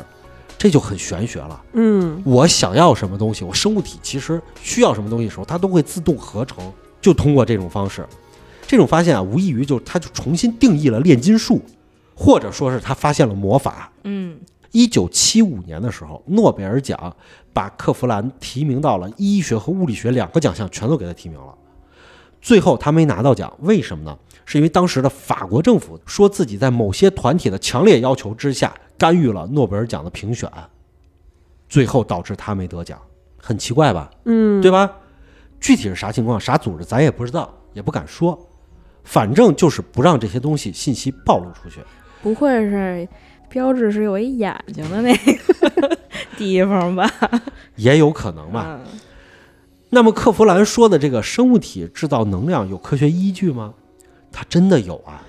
Speaker 3: 这就很玄学了。
Speaker 1: 嗯
Speaker 3: 我想要什么东西，我生物体其实需要什么东西的时候，它都会自动合成，就通过这种方式。这种发现啊，无异于就是它就重新定义了炼金术，或者说是他发现了魔法。
Speaker 2: 嗯，
Speaker 3: 一九七五年的时候，诺贝尔奖把克弗兰提名到了医学和物理学两个奖项，全都给他提名了。最后他没拿到奖，为什么呢？是因为当时的法国政府说自己在某些团体的强烈要求之下，干预了诺贝尔奖的评选，最后导致他没得奖，很奇怪吧？
Speaker 1: 嗯，
Speaker 3: 对吧？具体是啥情况、啥组织，咱也不知道，也不敢说，反正就是不让这些东西信息暴露出去。
Speaker 2: 不会是标志是有一眼睛的那个 地方吧？
Speaker 3: 也有可能吧。那么克弗兰说的这个生物体制造能量有科学依据吗？它真的有啊，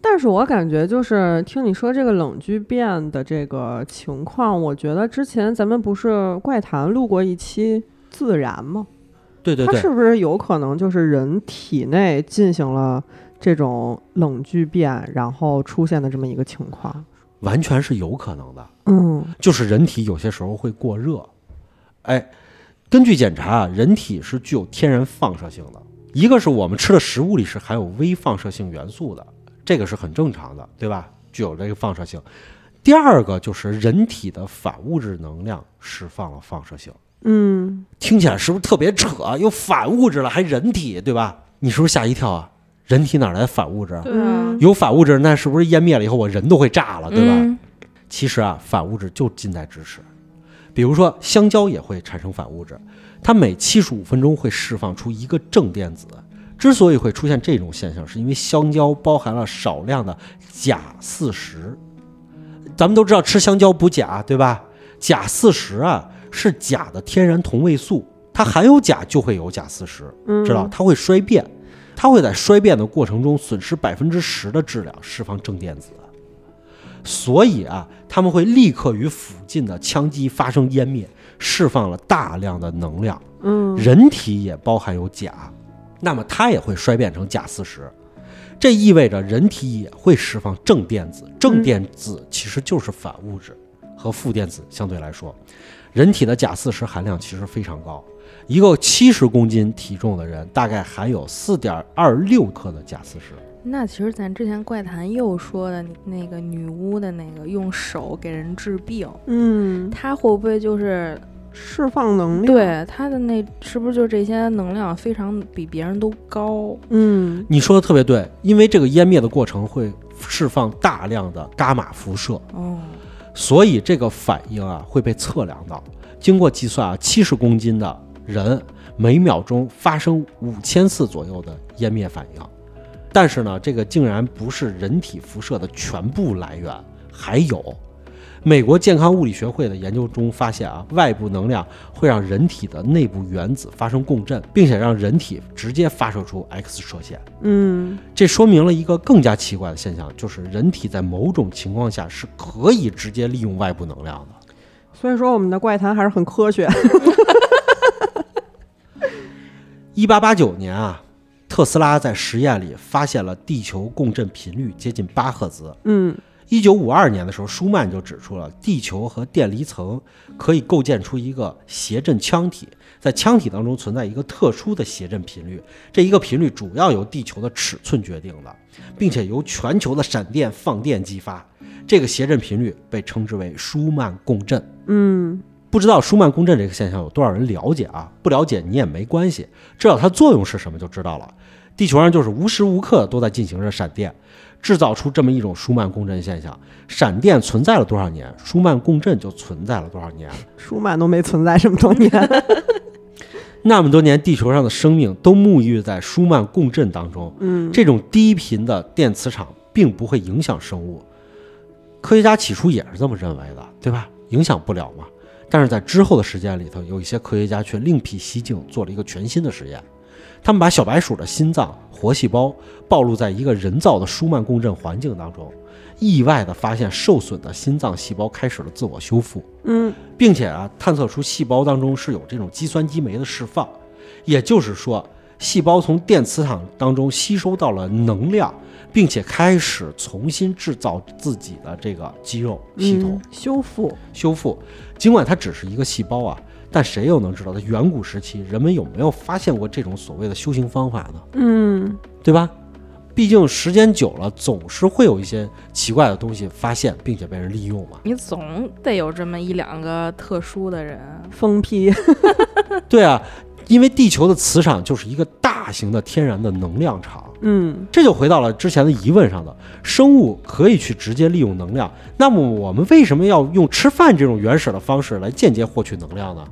Speaker 1: 但是我感觉就是听你说这个冷剧变的这个情况，我觉得之前咱们不是怪谈录过一期自然吗？
Speaker 3: 对对
Speaker 1: 它
Speaker 3: 对
Speaker 1: 是，不是有可能就是人体内进行了这种冷聚变，然后出现的这么一个情况？
Speaker 3: 完全是有可能的。
Speaker 1: 嗯，
Speaker 3: 就是人体有些时候会过热。哎，根据检查啊，人体是具有天然放射性的，一个是我们吃的食物里是含有微放射性元素的，这个是很正常的，对吧？具有这个放射性。第二个就是人体的反物质能量释放了放射性，
Speaker 1: 嗯，
Speaker 3: 听起来是不是特别扯？又反物质了，还人体，对吧？你是不是吓一跳啊？人体哪来的反物质啊？
Speaker 2: 对啊，
Speaker 3: 有反物质，那是不是湮灭了以后我人都会炸了，啊对吧？
Speaker 2: 嗯
Speaker 3: 其实啊，反物质就近在咫尺。比如说，香蕉也会产生反物质，它每七十五分钟会释放出一个正电子。之所以会出现这种现象，是因为香蕉包含了少量的钾四十。咱们都知道吃香蕉补钾，对吧？钾四十啊是钾的天然同位素，它含有钾就会有钾四十。
Speaker 1: 嗯
Speaker 3: 知道它会衰变，它会在衰变的过程中损失百分之十的质量，释放正电子。所以啊，他们会立刻与附近的羟基发生湮灭，释放了大量的能量。
Speaker 1: 嗯，
Speaker 3: 人体也包含有钾，那么它也会衰变成钾四十。这意味着人体也会释放正电子，正电子其实就是反物质，和负电子相对来说，人体的钾四十含量其实非常高。一个七十公斤体重的人，大概含有四点二六克的钾四十。
Speaker 2: 那其实咱之前怪谈又说的那个女巫的那个用手给人治病，
Speaker 1: 嗯，
Speaker 2: 她会不会就是
Speaker 1: 释放能力，，
Speaker 2: 对她的那是不是就这些能量非常比别人都高？
Speaker 1: 嗯
Speaker 3: 你说的特别对，因为这个湮灭的过程会释放大量的伽马辐射，
Speaker 2: 哦，
Speaker 3: 所以这个反应啊会被测量到。经过计算啊，七十公斤的人每秒钟发生五千次左右的湮灭反应，但是呢，这个竟然不是人体辐射的全部来源，还有。美国健康物理学会的研究中发现啊，外部能量会让人体的内部原子发生共振，并且让人体直接发射出 X 射线。
Speaker 1: 嗯
Speaker 3: 这说明了一个更加奇怪的现象，就是人体在某种情况下是可以直接利用外部能量的。
Speaker 1: 所以说我们的怪谈还是很科学。
Speaker 3: 一八八九年啊，特斯拉在实验里发现了地球共振频率接近八赫兹。
Speaker 1: 嗯
Speaker 3: 一九五二年的时候，舒曼就指出了地球和电离层可以构建出一个谐振腔体，在腔体当中存在一个特殊的谐振频率，这一个频率主要由地球的尺寸决定的，并且由全球的闪电放电激发。这个谐振频率被称之为舒曼共振。
Speaker 1: 嗯
Speaker 3: 不知道舒曼共振这个现象有多少人了解啊？不了解你也没关系，知道它作用是什么就知道了。地球上就是无时无刻都在进行着闪电，制造出这么一种舒曼共振现象。闪电存在了多少年，舒曼共振就存在了多少年。
Speaker 1: 舒曼都没存在这么 多年。
Speaker 3: 那么多年，地球上的生命都沐浴在舒曼共振当中。
Speaker 1: 嗯，
Speaker 3: 这种低频的电磁场并不会影响生物，科学家起初也是这么认为的，对吧？影响不了嘛。但是在之后的时间里头，有一些科学家却另辟蹊径，做了一个全新的实验。他们把小白鼠的心脏活细胞暴露在一个人造的舒曼共振环境当中，意外地发现受损的心脏细胞开始了自我修复。
Speaker 1: 嗯
Speaker 3: 并且啊，探测出细胞当中是有这种肌酸激酶的释放，也就是说，细胞从电磁场当中吸收到了能量，并且开始重新制造自己的这个肌肉系统、
Speaker 1: 嗯修复，
Speaker 3: 修复。尽管它只是一个细胞啊，但谁又能知道在远古时期人们有没有发现过这种所谓的修行方法呢？
Speaker 1: 嗯
Speaker 3: 对吧？毕竟时间久了，总是会有一些奇怪的东西发现，并且被人利用嘛。
Speaker 2: 你总得有这么一两个特殊的人，
Speaker 1: 封批，
Speaker 3: 对啊，因为地球的磁场就是一个大型的天然的能量场，
Speaker 1: 嗯
Speaker 3: 这就回到了之前的疑问上的：生物可以去直接利用能量，那么我们为什么要用吃饭这种原始的方式来间接获取能量呢？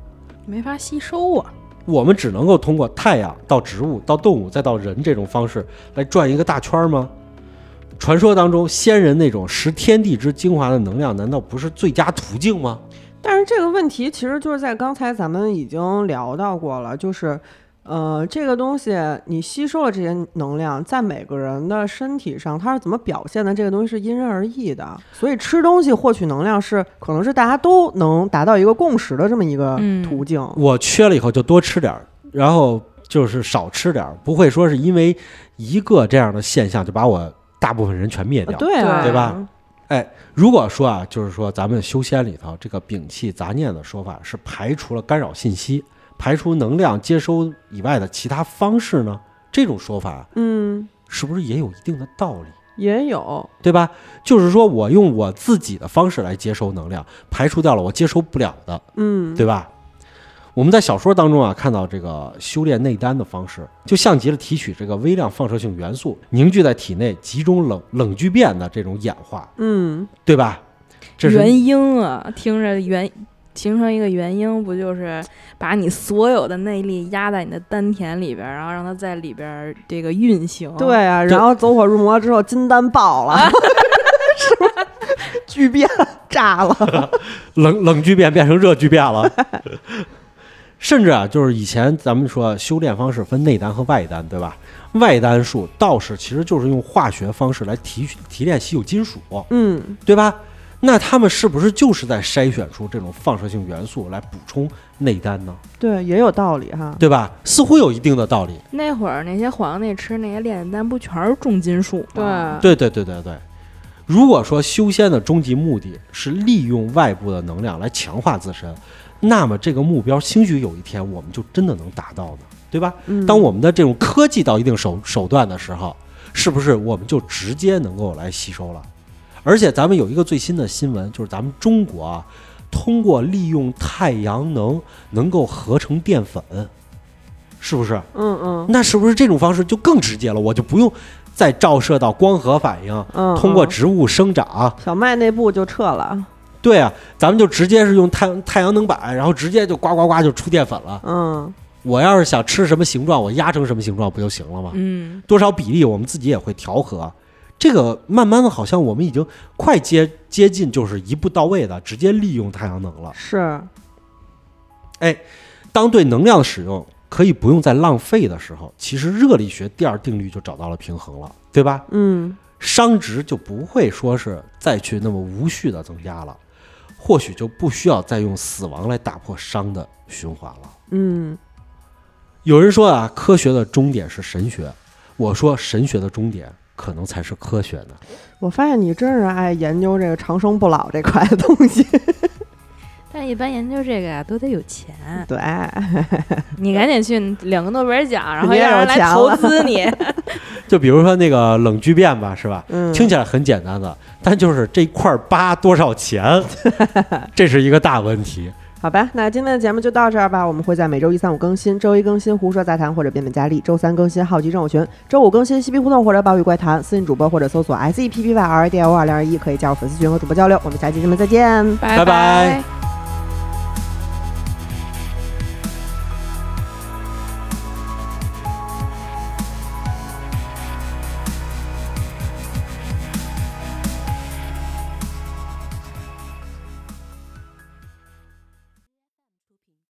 Speaker 2: 没法吸收啊。
Speaker 3: 我们只能够通过太阳到植物到动物再到人这种方式来转一个大圈儿吗？传说当中，先人那种食天地之精华的能量，难道不是最佳途径吗？
Speaker 1: 但是这个问题其实就是在刚才咱们已经聊到过了，就是呃，这个东西你吸收了这些能量，在每个人的身体上，它是怎么表现的？这个东西是因人而异的。所以吃东西获取能量是，可能是大家都能达到一个共识的这么一个
Speaker 2: 嗯
Speaker 1: 途径。
Speaker 3: 我缺了以后就多吃点儿，然后就是少吃点儿，不会说是因为一个这样的现象就把我大部分人全灭
Speaker 1: 啊
Speaker 3: 掉。
Speaker 1: 对啊，
Speaker 3: 对吧？如果说啊，就是说咱们修仙里头这个摒弃杂念的说法是排除了干扰信息、排除能量接收以外的其他方式呢，这种说法
Speaker 1: 嗯，
Speaker 3: 是不是也有一定的道理？
Speaker 1: 也有，
Speaker 3: 对吧？就是说我用我自己的方式来接收能量，排除掉了我接收不了的，
Speaker 1: 嗯，
Speaker 3: 对吧？我们在小说当中啊，看到这个修炼内丹的方式，就像极了提取这个微量放射性元素，凝聚在体内，集中冷冷聚变的这种演化，
Speaker 1: 嗯，
Speaker 3: 对吧？这是
Speaker 2: 元婴啊，听着元形成一个元婴，不就是把你所有的内力压在你的丹田里边儿，然后让它在里边儿这个运行？
Speaker 1: 对，啊。
Speaker 3: 对
Speaker 1: 然后走火入魔之后，金丹爆了，是吧？巨变炸了，
Speaker 3: 冷冷聚变变成热聚变了。 甚至啊，就是以前咱们说修炼方式分内丹和外丹，对吧？外丹术道士其实就是用化学方式来提取提炼稀有金属，
Speaker 1: 嗯，
Speaker 3: 对吧？那他们是不是就是在筛选出这种放射性元素来补充内丹呢？
Speaker 1: 对，也有道理哈。
Speaker 3: 对吧？似乎有一定的道理。
Speaker 2: 那会儿那些皇帝吃那些炼丹，不全是重金属吗？
Speaker 1: 对
Speaker 3: 对对对对对。如果说修仙的终极目的是利用外部的能量来强化自身，那么这个目标兴许有一天我们就真的能达到呢，对吧？
Speaker 1: 嗯
Speaker 3: 当我们的这种科技到一定手手段的时候，是不是我们就直接能够来吸收了？而且咱们有一个最新的新闻，就是咱们中国啊，通过利用太阳能能够合成淀粉，是不是？
Speaker 1: 嗯嗯
Speaker 3: 那是不是这种方式就更直接了？我就不用再照射到光合反应，
Speaker 1: 嗯，
Speaker 3: 通过
Speaker 1: 嗯
Speaker 3: 植物生长。
Speaker 1: 小麦那步就撤了，
Speaker 3: 对啊，咱们就直接是用太太阳能板，然后直接就呱呱呱就出淀粉了。
Speaker 1: 嗯
Speaker 3: 我要是想吃什么形状，我压成什么形状不就行了吗？
Speaker 2: 嗯，
Speaker 3: 多少比例我们自己也会调和。这个慢慢的，好像我们已经快接接近，就是一步到位的，直接利用太阳能了。
Speaker 1: 是，
Speaker 3: 当对能量的使用可以不用再浪费的时候，其实热力学第二定律就找到了平衡了，对吧？
Speaker 1: 嗯
Speaker 3: 熵值就不会说是再去那么无序的增加了，或许就不需要再用死亡来打破熵的循环了。
Speaker 1: 嗯
Speaker 3: 有人说啊，科学的终点是神学，我说神学的终点可能才是科学呢。
Speaker 1: 我发现你真是爱研究这个长生不老这块的东西。
Speaker 2: 但一般研究这个呀、都得有钱。
Speaker 1: 对，
Speaker 2: 你赶紧去领个诺贝尔奖，然后
Speaker 1: 你也
Speaker 2: 让人
Speaker 1: 有
Speaker 2: 来
Speaker 1: 钱
Speaker 2: 投
Speaker 1: 了
Speaker 2: 资你。
Speaker 3: 就比如说那个冷聚变吧，是吧？
Speaker 1: 嗯，
Speaker 3: 听起来很简单的，但就是这块疤多少钱，这是一个大问题。
Speaker 1: 好吧，那今天的节目就到这儿吧。我们会在每周一、三、五更新，周一更新《胡说杂谈》或者《变本加厉》，周三更新《好奇症友群》，周五更新《嬉皮互动》或者《暴雨怪谈》。私信主播或者搜索 S E P P Y R D O 二零二一，可以加入粉丝群和主播交流。我们下期节目再见。
Speaker 3: 拜拜
Speaker 2: 拜